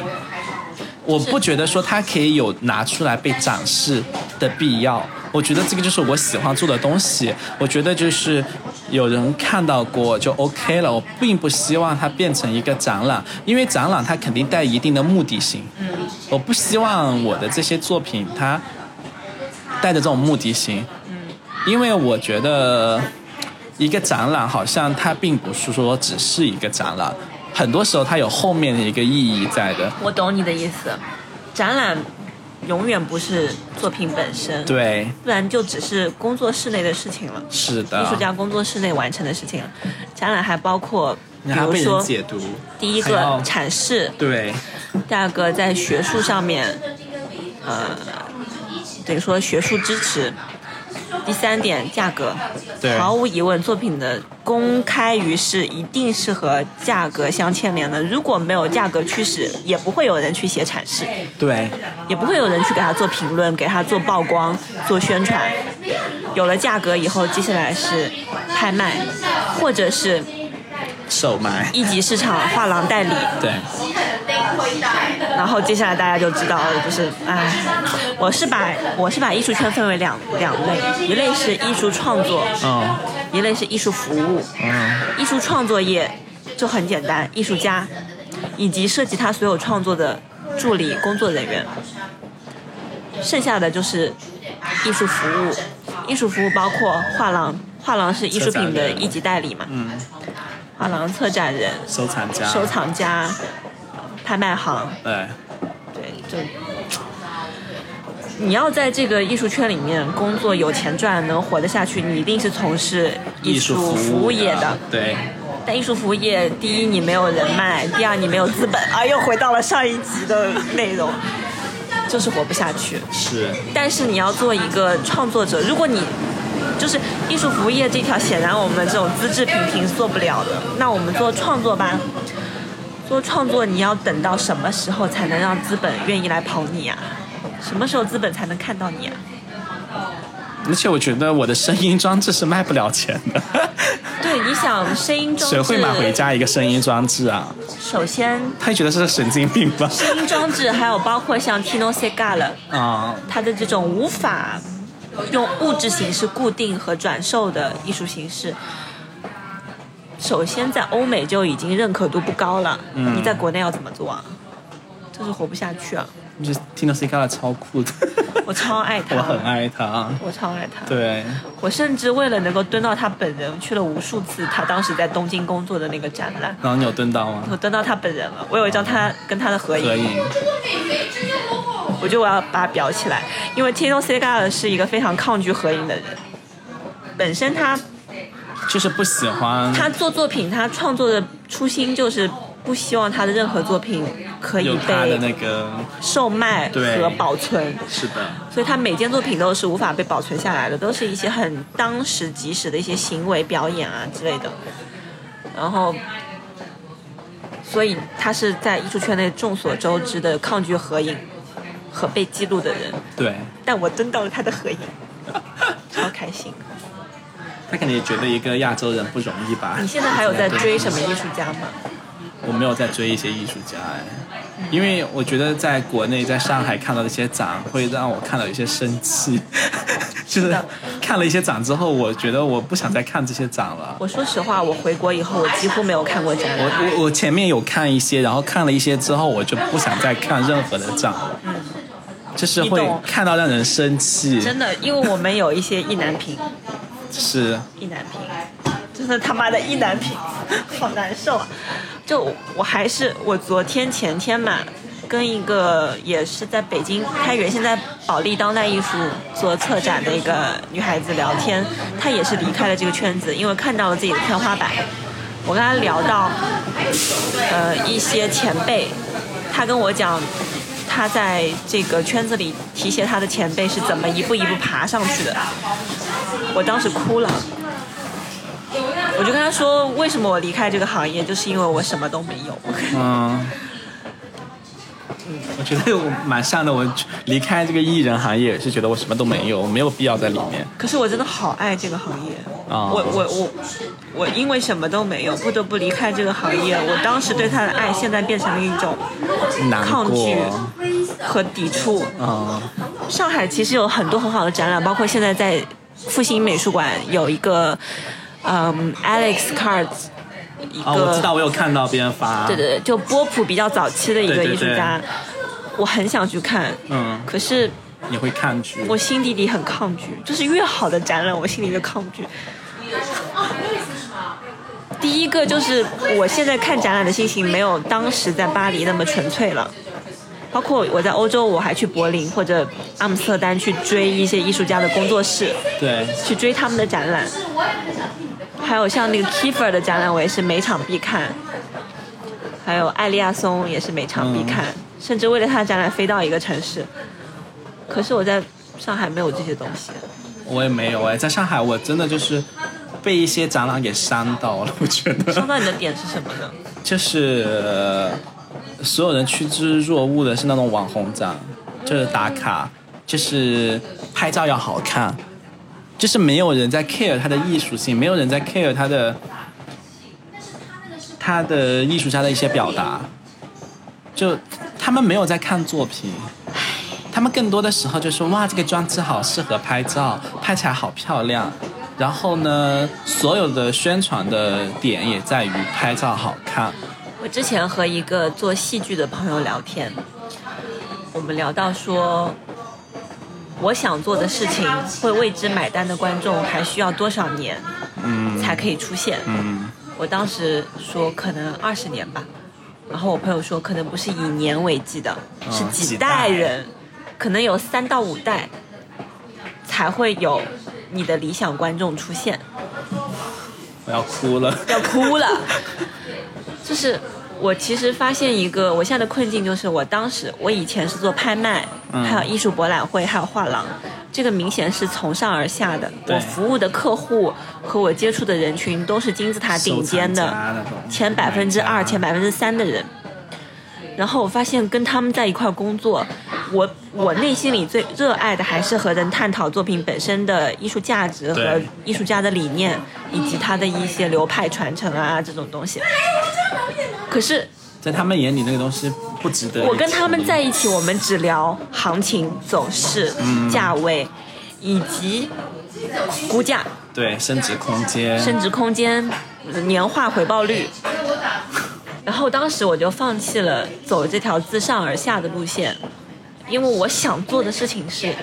S2: 我不觉得说它可以有拿出来被展示的必要，我觉得这个就是我喜欢做的东西。我觉得就是有人看到过就 OK 了，我并不希望它变成一个展览，因为展览它肯定带一定的目的性。嗯，我不希望我的这些作品它带着这种目的性。嗯，因为我觉得一个展览好像它并不是说只是一个展览，很多时候它有后面的一个意义在的。
S1: 我懂你的意思，展览永远不是作品本身，，
S2: 对，
S1: 不然就只是工作室内的事情了，
S2: 是的。
S1: 艺术家工作室内完成的事情了。展览还包括，比
S2: 你还
S1: 如
S2: 被人
S1: 说
S2: 解读。
S1: 第一
S2: 还
S1: 个
S2: 要
S1: 阐释，
S2: 对，
S1: 第二个在学术上面，呃，等于说学术支持。第三点，价格，
S2: 对
S1: 毫无疑问，作品的公开于世一定是和价格相牵连的。如果没有价格驱使，也不会有人去写阐释，
S2: 对，
S1: 也不会有人去给他做评论、给他做曝光、做宣传。有了价格以后，接下来是拍卖，或者是
S2: 售卖，
S1: 一级市场画廊代理，
S2: 对，
S1: 然后接下来大家就知道了，就是唉，我是把我是把艺术圈分为两两类，一类是艺术创作，
S2: 嗯
S1: 一类是艺术服务。
S2: 嗯，
S1: 艺术创作业就很简单，艺术家以及涉及他所有创作的助理工作人员，剩下的就是艺术服务。艺术服务包括画廊，画廊是艺术品的一级代理嘛，
S2: 嗯，
S1: 画廊、策展人、
S2: 收藏家，
S1: 收，藏家、拍卖行。
S2: 对，
S1: 对，就你要在这个艺术圈里面工作，有钱赚，能活得下去，你一定是从事艺术服务业的。，
S2: 对，
S1: 但艺术服务业，第一你没有人 脉，第二你没有资本，啊，又回到了上一集的内容， 就是活不下去。
S2: 是，
S1: 但是你要做一个创作者，如果你就是艺术服务业这条，显然我们这种资质平平是做不了的。那我们做创作吧，做创作你要等到什么时候才能让资本愿意来捧你啊？什么时候资本才能看到你啊？
S2: 而且我觉得我的声音装置是卖不了钱的，
S1: 对，你想声音 装置，
S2: 谁会买回家一个声音装置啊？
S1: 首先，
S2: 他觉得是神经病吧？
S1: 声音装置还有包括像 Tino Segala，
S2: 啊、
S1: 它的这种无法用物质形式固定和转售的艺术形式，首先在欧美就已经认可度不高了，
S2: 嗯
S1: 你在国内要怎么做啊？就是活不下去啊！
S2: 就是 Tino s i g a 超酷的，
S1: 我超爱他，
S2: 我很爱他，
S1: 我超爱他。
S2: 对，
S1: 我甚至为了能够蹲到他本人，去了无数次他当时在东京工作的那个展览。
S2: 然后你有蹲到吗？
S1: 我蹲到他本人了，我有一张他跟他的合影，
S2: 合影，
S1: 我觉得我要把它裱起来，因为 Tino Segala 是一个非常抗拒合影的人，本身他
S2: 就是不喜欢
S1: 他做作品，他创作的初心就是不希望他的任何作品可以
S2: 有他的
S1: 被
S2: 那个，
S1: 售卖
S2: 对
S1: 和保存，
S2: 是的，
S1: 所以他每件作品都是无法被保存下来的，都是一些很当时即时的一些行为表演啊之类的。然后，所以他是在艺术圈内众所周知的抗拒合影和被记录的人，
S2: 对。
S1: 但我蹲到了他的合影，超开心。
S2: 他肯定也觉得一个亚洲人不容易吧？
S1: 你现在还有在追什么艺术家吗？
S2: 我没有在追一些艺术家哎，因为我觉得在国内在上海看到的一些展，会让我看到有些生气， 就是看了一些展之后，我觉得我不想再看这些展了。
S1: 我说实话，我回国以后，我几乎没有看过展
S2: 我
S1: 览。
S2: 我我前面有看一些，然后看了一些之后，我就不想再看任何的展了，就是
S1: 你
S2: 会
S1: 懂
S2: 看到让人生气，
S1: 真的，因为我们有一些意难平，
S2: 是
S1: 意难平，真的他妈的意难平， 好难受啊！就我还是我昨天前天嘛，跟一个也是在北京，她原先在保利当代艺术做策展的一个女孩子聊天，她也是离开了这个圈子，因为看到了自己的天花板。我跟她聊到，呃，一些前辈，她跟我讲。她在这个圈子里提携她的前辈是怎么一步一步爬上去的，我当时哭了。我就跟他说，为什么我离开这个行业，就是因为我什么都没有。
S2: 嗯。我觉得我蛮像的，我离开这个艺人行业也是觉得我什么都没有，我没有必要在里面。
S1: 可是我真的好爱这个行业。
S2: 啊
S1: 我我我我因为什么都没有，不得不离开这个行业。我当时对他的爱，现在变成了一种
S2: 难
S1: 抗拒
S2: 过，
S1: 和抵触。
S2: 啊、
S1: 上海其实有很多很好的展览，包括现在在复兴美术馆有一个，嗯，Alex Cards，一个、
S2: 啊，我知道，我有看到别人发，
S1: 对对对，就波普比较早期的一个
S2: 对对
S1: 艺术家，我很想去看，
S2: 嗯
S1: 可是
S2: 你会看剧，
S1: 我心底里很抗拒，就是越好的展览，我心里越抗拒。第一个就是我现在看展览的心情没有当时在巴黎那么纯粹了，包括我在欧洲，我还去柏林或者阿姆斯特丹去追一些艺术家的工作室，
S2: 对，
S1: 去追他们的展览。还有像那个 Kiefer 的展览，我也是每场必看。还有艾利亚松也是每场必看，甚至为了他的展览飞到一个城市。可是我在上海没有这些东西，
S2: 我也没有哎，在上海我真的就是被一些展览给伤到了，我觉
S1: 伤
S2: 得
S1: 到你的点是什么呢？
S2: 就是、呃所有人趋之若鹜的是那种网红展，就是打卡，就是拍照要好看，就是没有人在 care 它的艺术性，没有人在 care 它的他的艺术家的一些表达，就他们没有在看作品。他们更多的时候就说哇，这个装置好适合拍照，拍起来好漂亮。然后呢，所有的宣传的点也在于拍照好看。
S1: 我之前和一个做戏剧的朋友聊天，我们聊到说，我想做的事情会为之买单的观众还需要多少年，
S2: 嗯
S1: 才可以出现？我当时说可能二十年吧，然后我朋友说可能不是以年为计的，是几
S2: 嗯几
S1: 代
S2: 代
S1: 人，可能有三到五代才会有你的理想观众出现。
S2: 我要哭了。
S1: 要哭了。就是我其实发现一个我现在的困境，就是我当时我以前是做拍卖，
S2: 嗯
S1: 还有艺术博览会，还有画廊，这个明显是从上而下的。
S2: 对
S1: 我服务的客户和我接触的人群都是金字塔顶尖
S2: 收藏
S1: 的
S2: 家那种
S1: 前百分之
S2: 买
S1: 二、
S2: 家
S1: 前百分之三的人。然后我发现跟他们在一块儿工作，我我内心里最热爱的还是和人探讨作品本身的艺术价值和
S2: 对
S1: 艺术家的理念，以及他的一些流派传承啊这种东西。可是
S2: 在他们眼里那个东西不值得一提。
S1: 我跟他们在一起，我们只聊行情走势、价位，以及估价、
S2: 对升值空间，
S1: 升值空间、年化回报率。然后当时我就放弃了走这条自上而下的路线，因为我想做的事情是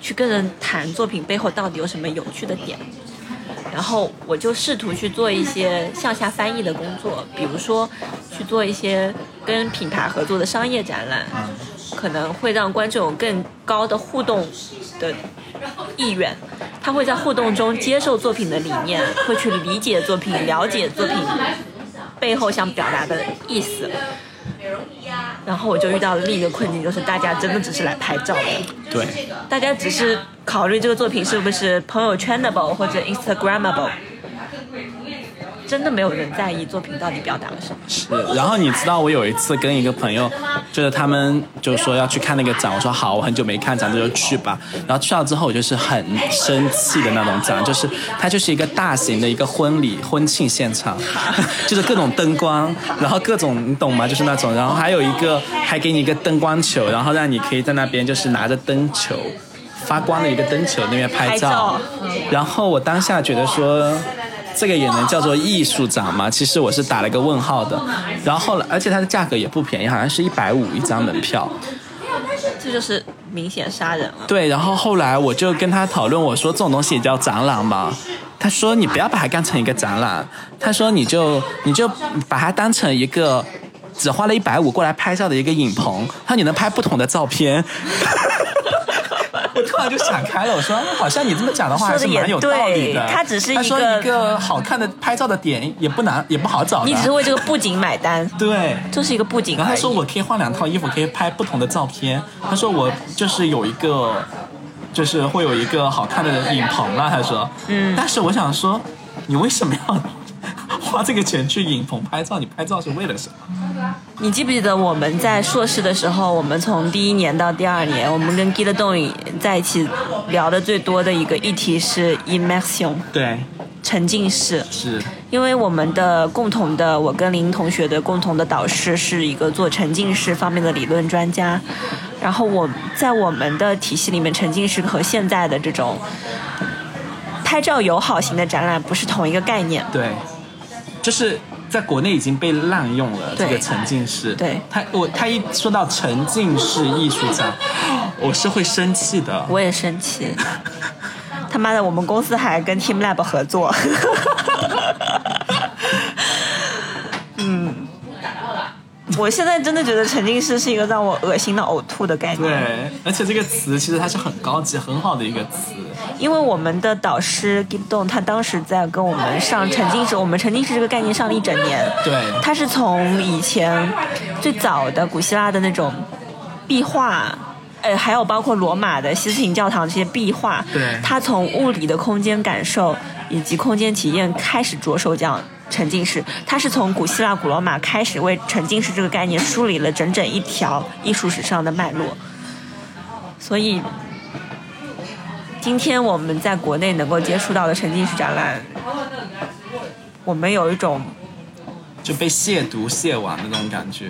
S1: 去跟人谈作品背后到底有什么有趣的点。然后我就试图去做一些向下翻译的工作，比如说去做一些跟品牌合作的商业展览，可能会让观众有更高的互动的意愿。他会在互动中接受作品的理念，会去理解作品、了解作品背后想表达的意思。然后我就遇到了另一个困境，就是大家真的只是来拍照的。
S2: 对
S1: 大家只是考虑这个作品是不是朋友圈 a b l e 或者 Instagrammable，真的没有人在意作品到底表达了什么。
S2: 是。然后你知道我有一次跟一个朋友，就是他们就说要去看那个展，我说好，我很久没看展，那就去吧。然后去了之后，我就是很生气的那种展，就是它就是一个大型的一个婚礼婚庆现场， 就是各种灯光，然后各种你懂吗？就是那种，然后还有一个还给你一个灯光球，然后让你可以在那边就是拿着灯球。发光的一个灯球那边拍
S1: 拍照
S2: 然后我当下觉得说，这个也能叫做艺术展吗？其实我是打了个问号的。然后后来，而且它的价格也不便宜，好像是一百五一张门票。
S1: 这就是明显杀人了。
S2: 对，然后后来我就跟他讨论，我说这种东西也叫展览嘛。他说你不要把它当成一个展览，他说你就你就把它当成一个呃只花了一百五过来拍照的一个影棚，他说你能拍不同的照片。 我突然就想开了，我说好像你这么讲的话还
S1: 说得
S2: 是蛮
S1: 也
S2: 有道理的
S1: 对。它只是一
S2: 他说
S1: 个
S2: 一个好看的拍照的点也不难，也不好找的。
S1: 你只是为这个布景买单，
S2: 对。
S1: 就是一个布景
S2: 然后
S1: 而
S2: 他说
S1: 已。
S2: 我可以换两套衣服，可以拍不同的照片。他说我就是有一个，就是会有一个好看的影棚啦。他说，嗯，但是我想说，你为什么要花这个钱去影棚拍照？你拍照是为了什么？
S1: 你记不记得我们在硕士的时候，我们从第一年到第二年，我们跟 Gila 动影在一起聊的最多的一个议题是 immersion
S2: 对，
S1: 沉浸式。
S2: 是
S1: 因为我们的共同的，我跟林同学的共同的导师是一个做沉浸式方面的理论专家，然后我在我们的体系里面，沉浸式和现在的这种拍照友好型的展览不是同一个概念。
S2: 对，就是在国内已经被滥用了这
S1: 对
S2: 个沉浸式。
S1: 对
S2: 他我他一说到沉浸式艺术展， 我是会生气的。
S1: 我也生气，他妈的，我们公司还跟 Team Lab 合作。 嗯，我现在真的觉得沉浸式是一个让我恶心到呕吐的概念。
S2: 对，而且这个词其实它是很高级、很好的一个词。
S1: 因为我们的导师 g i b d o n 他当时在跟我们上沉浸式，我们沉浸式这个概念上了一整年。
S2: 对
S1: 他是从以前最早的古希腊的那种壁画。呃，还有包括罗马的西斯廷教堂这些壁画，
S2: 对
S1: 他从物理的空间感受以及空间体验开始着手讲沉浸式，他是从古希腊、古罗马开始为沉浸式这个概念梳理了整整一条艺术史上的脉络。所以，今天我们在国内能够接触到的沉浸式展览，我们有一种
S2: 就被亵渎、亵玩的那种感觉，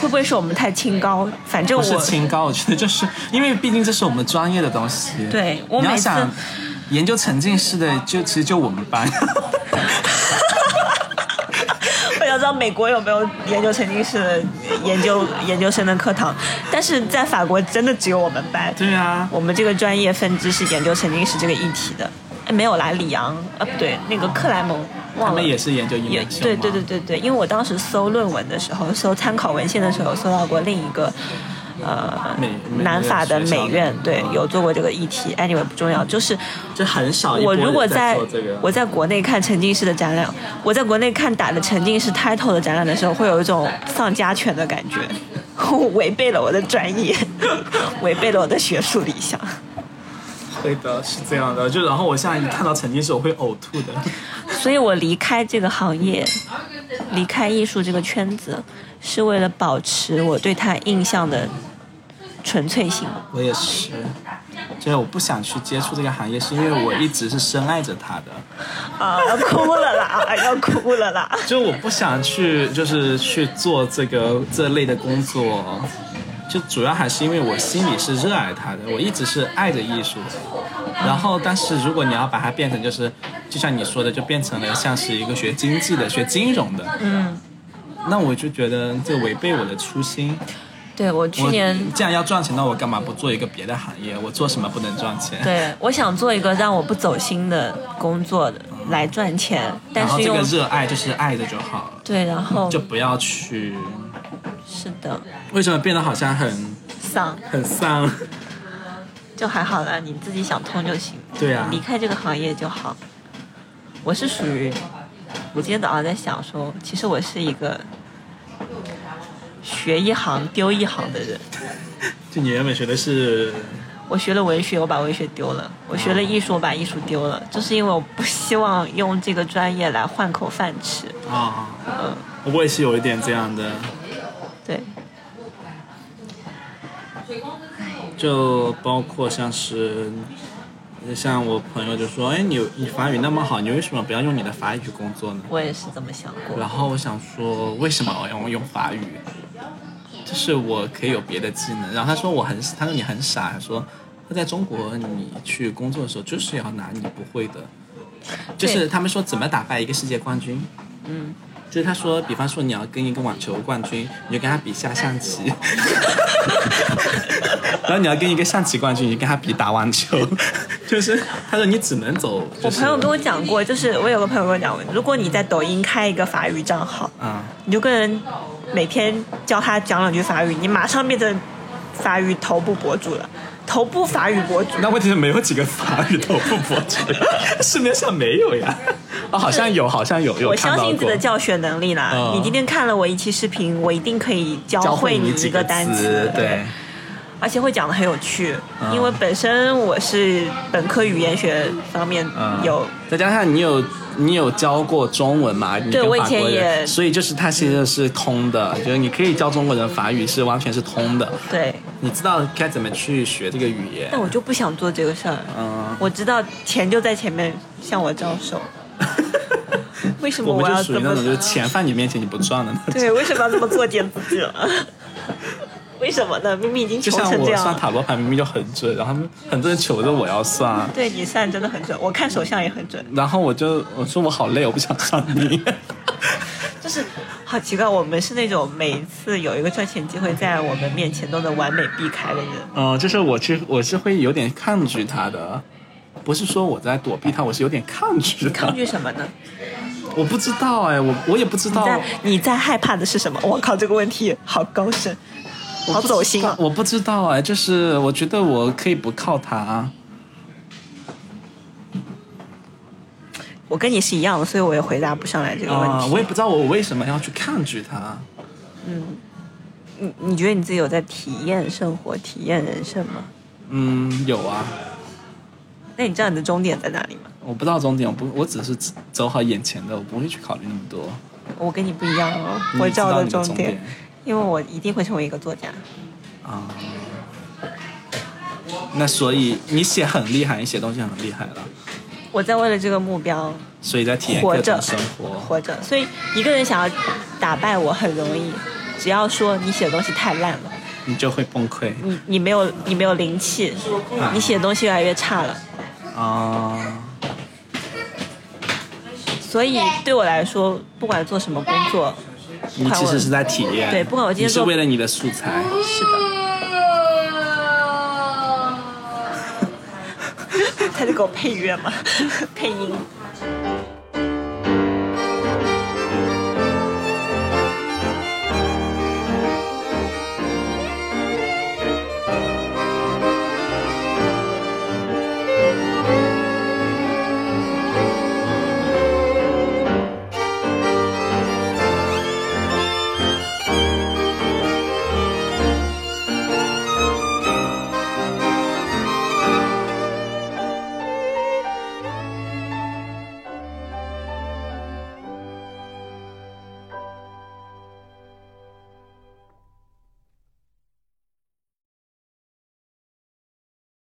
S1: 会不会是我们太清高？反正
S2: 不是
S1: 我
S2: 清高，我觉得就是因为毕竟这是我们专业的东西。
S1: 对我
S2: 你要
S1: 每次
S2: 想研究沉浸式的，就其实就我们班。
S1: 我想知道美国有没有研究沉浸式的研究 研究生的课堂，但是在法国真的只有我们班。
S2: 对啊，
S1: 我们这个专业分支是研究沉浸式这个议题的，哎没有啦，里昂，呃，不对，那个克莱蒙，
S2: 他
S1: 忘了
S2: 们。也是研究音
S1: 也
S2: 乐性
S1: 对
S2: 嘛
S1: 对对对对，因为我当时搜论文的时候，搜参考文献的时候，搜到过另一个。呃
S2: 美美，
S1: 南法的
S2: 院学校
S1: 美院
S2: 的
S1: 对
S2: 嗯
S1: 有做过这个议题，anyway 不重要。就是
S2: 就很啊少一波
S1: 我如果
S2: 人
S1: 在
S2: 在做这个
S1: 我在国内看沉浸式的展览，我在国内看打着沉浸式 title 的展览的时候，会有一种丧家犬的感觉， 违背了我的专业， 违背了我的学术理想。
S2: 会的，是这样的。就然后我现在一看到沉浸式，我会呕吐的。
S1: 所以我离开这个行业，离开艺术这个圈子，是为了保持我对它印象的纯粹性。
S2: 我也是，就是我不想去接触这个行业，是因为我一直是深爱着它的。
S1: 啊，要哭了啦！ 啊，要哭了啦！
S2: 就我不想去，就是去做这个这类的工作，就主要还是因为我心里是热爱它的，我一直是爱着艺术的。然后，但是如果你要把它变成就是，就像你说的，就变成了像是一个学经济的、学金融的，嗯，那我就觉得这违背我的初心。
S1: 对我去年
S2: 我，既然要赚钱，那我干嘛不做一个别的行业？我做什么不能赚钱？
S1: 对我想做一个让我不走心的工作的来赚钱，但
S2: 然后
S1: 是
S2: 这
S1: 用
S2: 个热爱就是爱着就好了，
S1: 对，然后
S2: 就不要去。
S1: 是的，
S2: 为什么变得好像很
S1: 丧
S2: 很丧？
S1: 就还好啦，你自己想通就行。
S2: 对啊
S1: 离开这个行业就好。我是属于，我今天早上在想说，其实我是一个学一行丢一行的人。
S2: 就你原本学的是，
S1: 我学了文学，我把文学丢了；我学了艺术，我把艺术丢了，就是因为我不希望用这个专业来换口饭吃。
S2: 啊、
S1: 嗯，
S2: 我也是有一点这样的，
S1: 对，
S2: 就包括像是，像我朋友就说，哎，你你法语那么好，你为什么不要用你的法语工作呢？
S1: 我也是这么想过。
S2: 然后我想说，为什么我要用法语？就是我可以有别的技能。然后他说我很，他说你很傻，他说他在中国你去工作的时候就是要拿你不会的，就是他们说怎么打败一个世界冠军，嗯，就是他说，比方说你要跟一个网球冠军，你就跟他比下象棋。 然后你要跟一个象棋冠军，你就跟他比打网球， 就是他说你只能走。就
S1: 我
S2: 是、
S1: 朋友跟我讲过，就是我有个朋友跟我讲过，如果你在抖音开一个法语账号，
S2: 啊、
S1: 你就跟人每天教他讲两句法语，你马上变成法语头部博主了，头部法语博主。
S2: 那问题是没有几个法语头部博主，市面上没有呀。 哦，好像有，好像有，有
S1: 我
S2: 看
S1: 相
S2: 到
S1: 信自己
S2: 过
S1: 的。教学能力啦。
S2: 嗯
S1: 你今天看了我一期视频，我一定可以教
S2: 教
S1: 会
S2: 会
S1: 你
S2: 几
S1: 一个单
S2: 词，对，嗯
S1: 而且会讲的很有趣。因为本身我是本科语言学方面
S2: 嗯
S1: 有，
S2: 再加上你有你有教过中文嘛？你
S1: 对
S2: 跟
S1: 我以
S2: 法国
S1: 前
S2: 人
S1: 也
S2: 所以就是它其实是通的，就是你可以教中国人法语是完全是通的，
S1: 对，
S2: 你知道该怎么去学这个语言
S1: 但。我就不想做这个事儿。
S2: 嗯，
S1: 我知道钱就在前面向我招 手，为什么
S2: 我们
S1: 要
S2: 就属于
S1: 这
S2: 那
S1: 么
S2: 种就是钱放你面前你不赚的那种。
S1: 对？为什么要这么作践自己了？为什么呢？咪咪已经
S2: 就
S1: 穷
S2: 像
S1: 成这
S2: 我
S1: 样
S2: 算
S1: 了。
S2: 塔罗牌明明就很准，然后他们很多人求着我要算，
S1: 对你算真的很准，我看手相也很准。
S2: 然后我就我说我好累，我不想算 命。
S1: 就是好奇怪，我们是那种每一次有一个赚钱机会在我们面前都能完美避开的 人。
S2: 嗯，就是我去我是会有点抗拒他的，不是说我在躲避他，我是有点抗拒他。
S1: 抗拒什么呢？
S2: 我不知道哎，我我也不知道，
S1: 在你在害怕的是什么？我靠，这个问题好高深，好走心啊！
S2: 我不知道哎，就是我觉得我可以不靠他。
S1: 我跟你是一样的，所以我也回答不上来这个问
S2: 啊、
S1: 题。
S2: 我也不知道我为什么要去抗拒他。
S1: 你你觉得你自己有在体验生活、体验人生吗？
S2: 嗯，有啊，
S1: 那你知道你的终点在哪里吗？
S2: 我不知道终点，我不，我只是走好眼前的，我不会去考虑那么多。
S1: 我跟你不一样哦，
S2: 你
S1: 我
S2: 知
S1: 找的
S2: 道嗯你的
S1: 点
S2: 终点，
S1: 因为我一定会成为一个作家。
S2: 啊、那所以你写很厉害，你写东西很厉害了，
S1: 我在为了这个目标
S2: 所以在体验
S1: 活
S2: 各
S1: 着
S2: 种生活。
S1: 活着，所以一个人想要打败我很容易，只要说你写的东西太烂了，
S2: 你就会崩溃
S1: 你你没有你没有灵气，你写的东西越来越差了。
S2: 啊、
S1: 所以对我来说，不管做什么工作，
S2: 你其实是在体验，
S1: 对不管我今天
S2: 你是
S1: 做
S2: 为了你的素材，
S1: 是的， 他就给我配乐嘛，配音。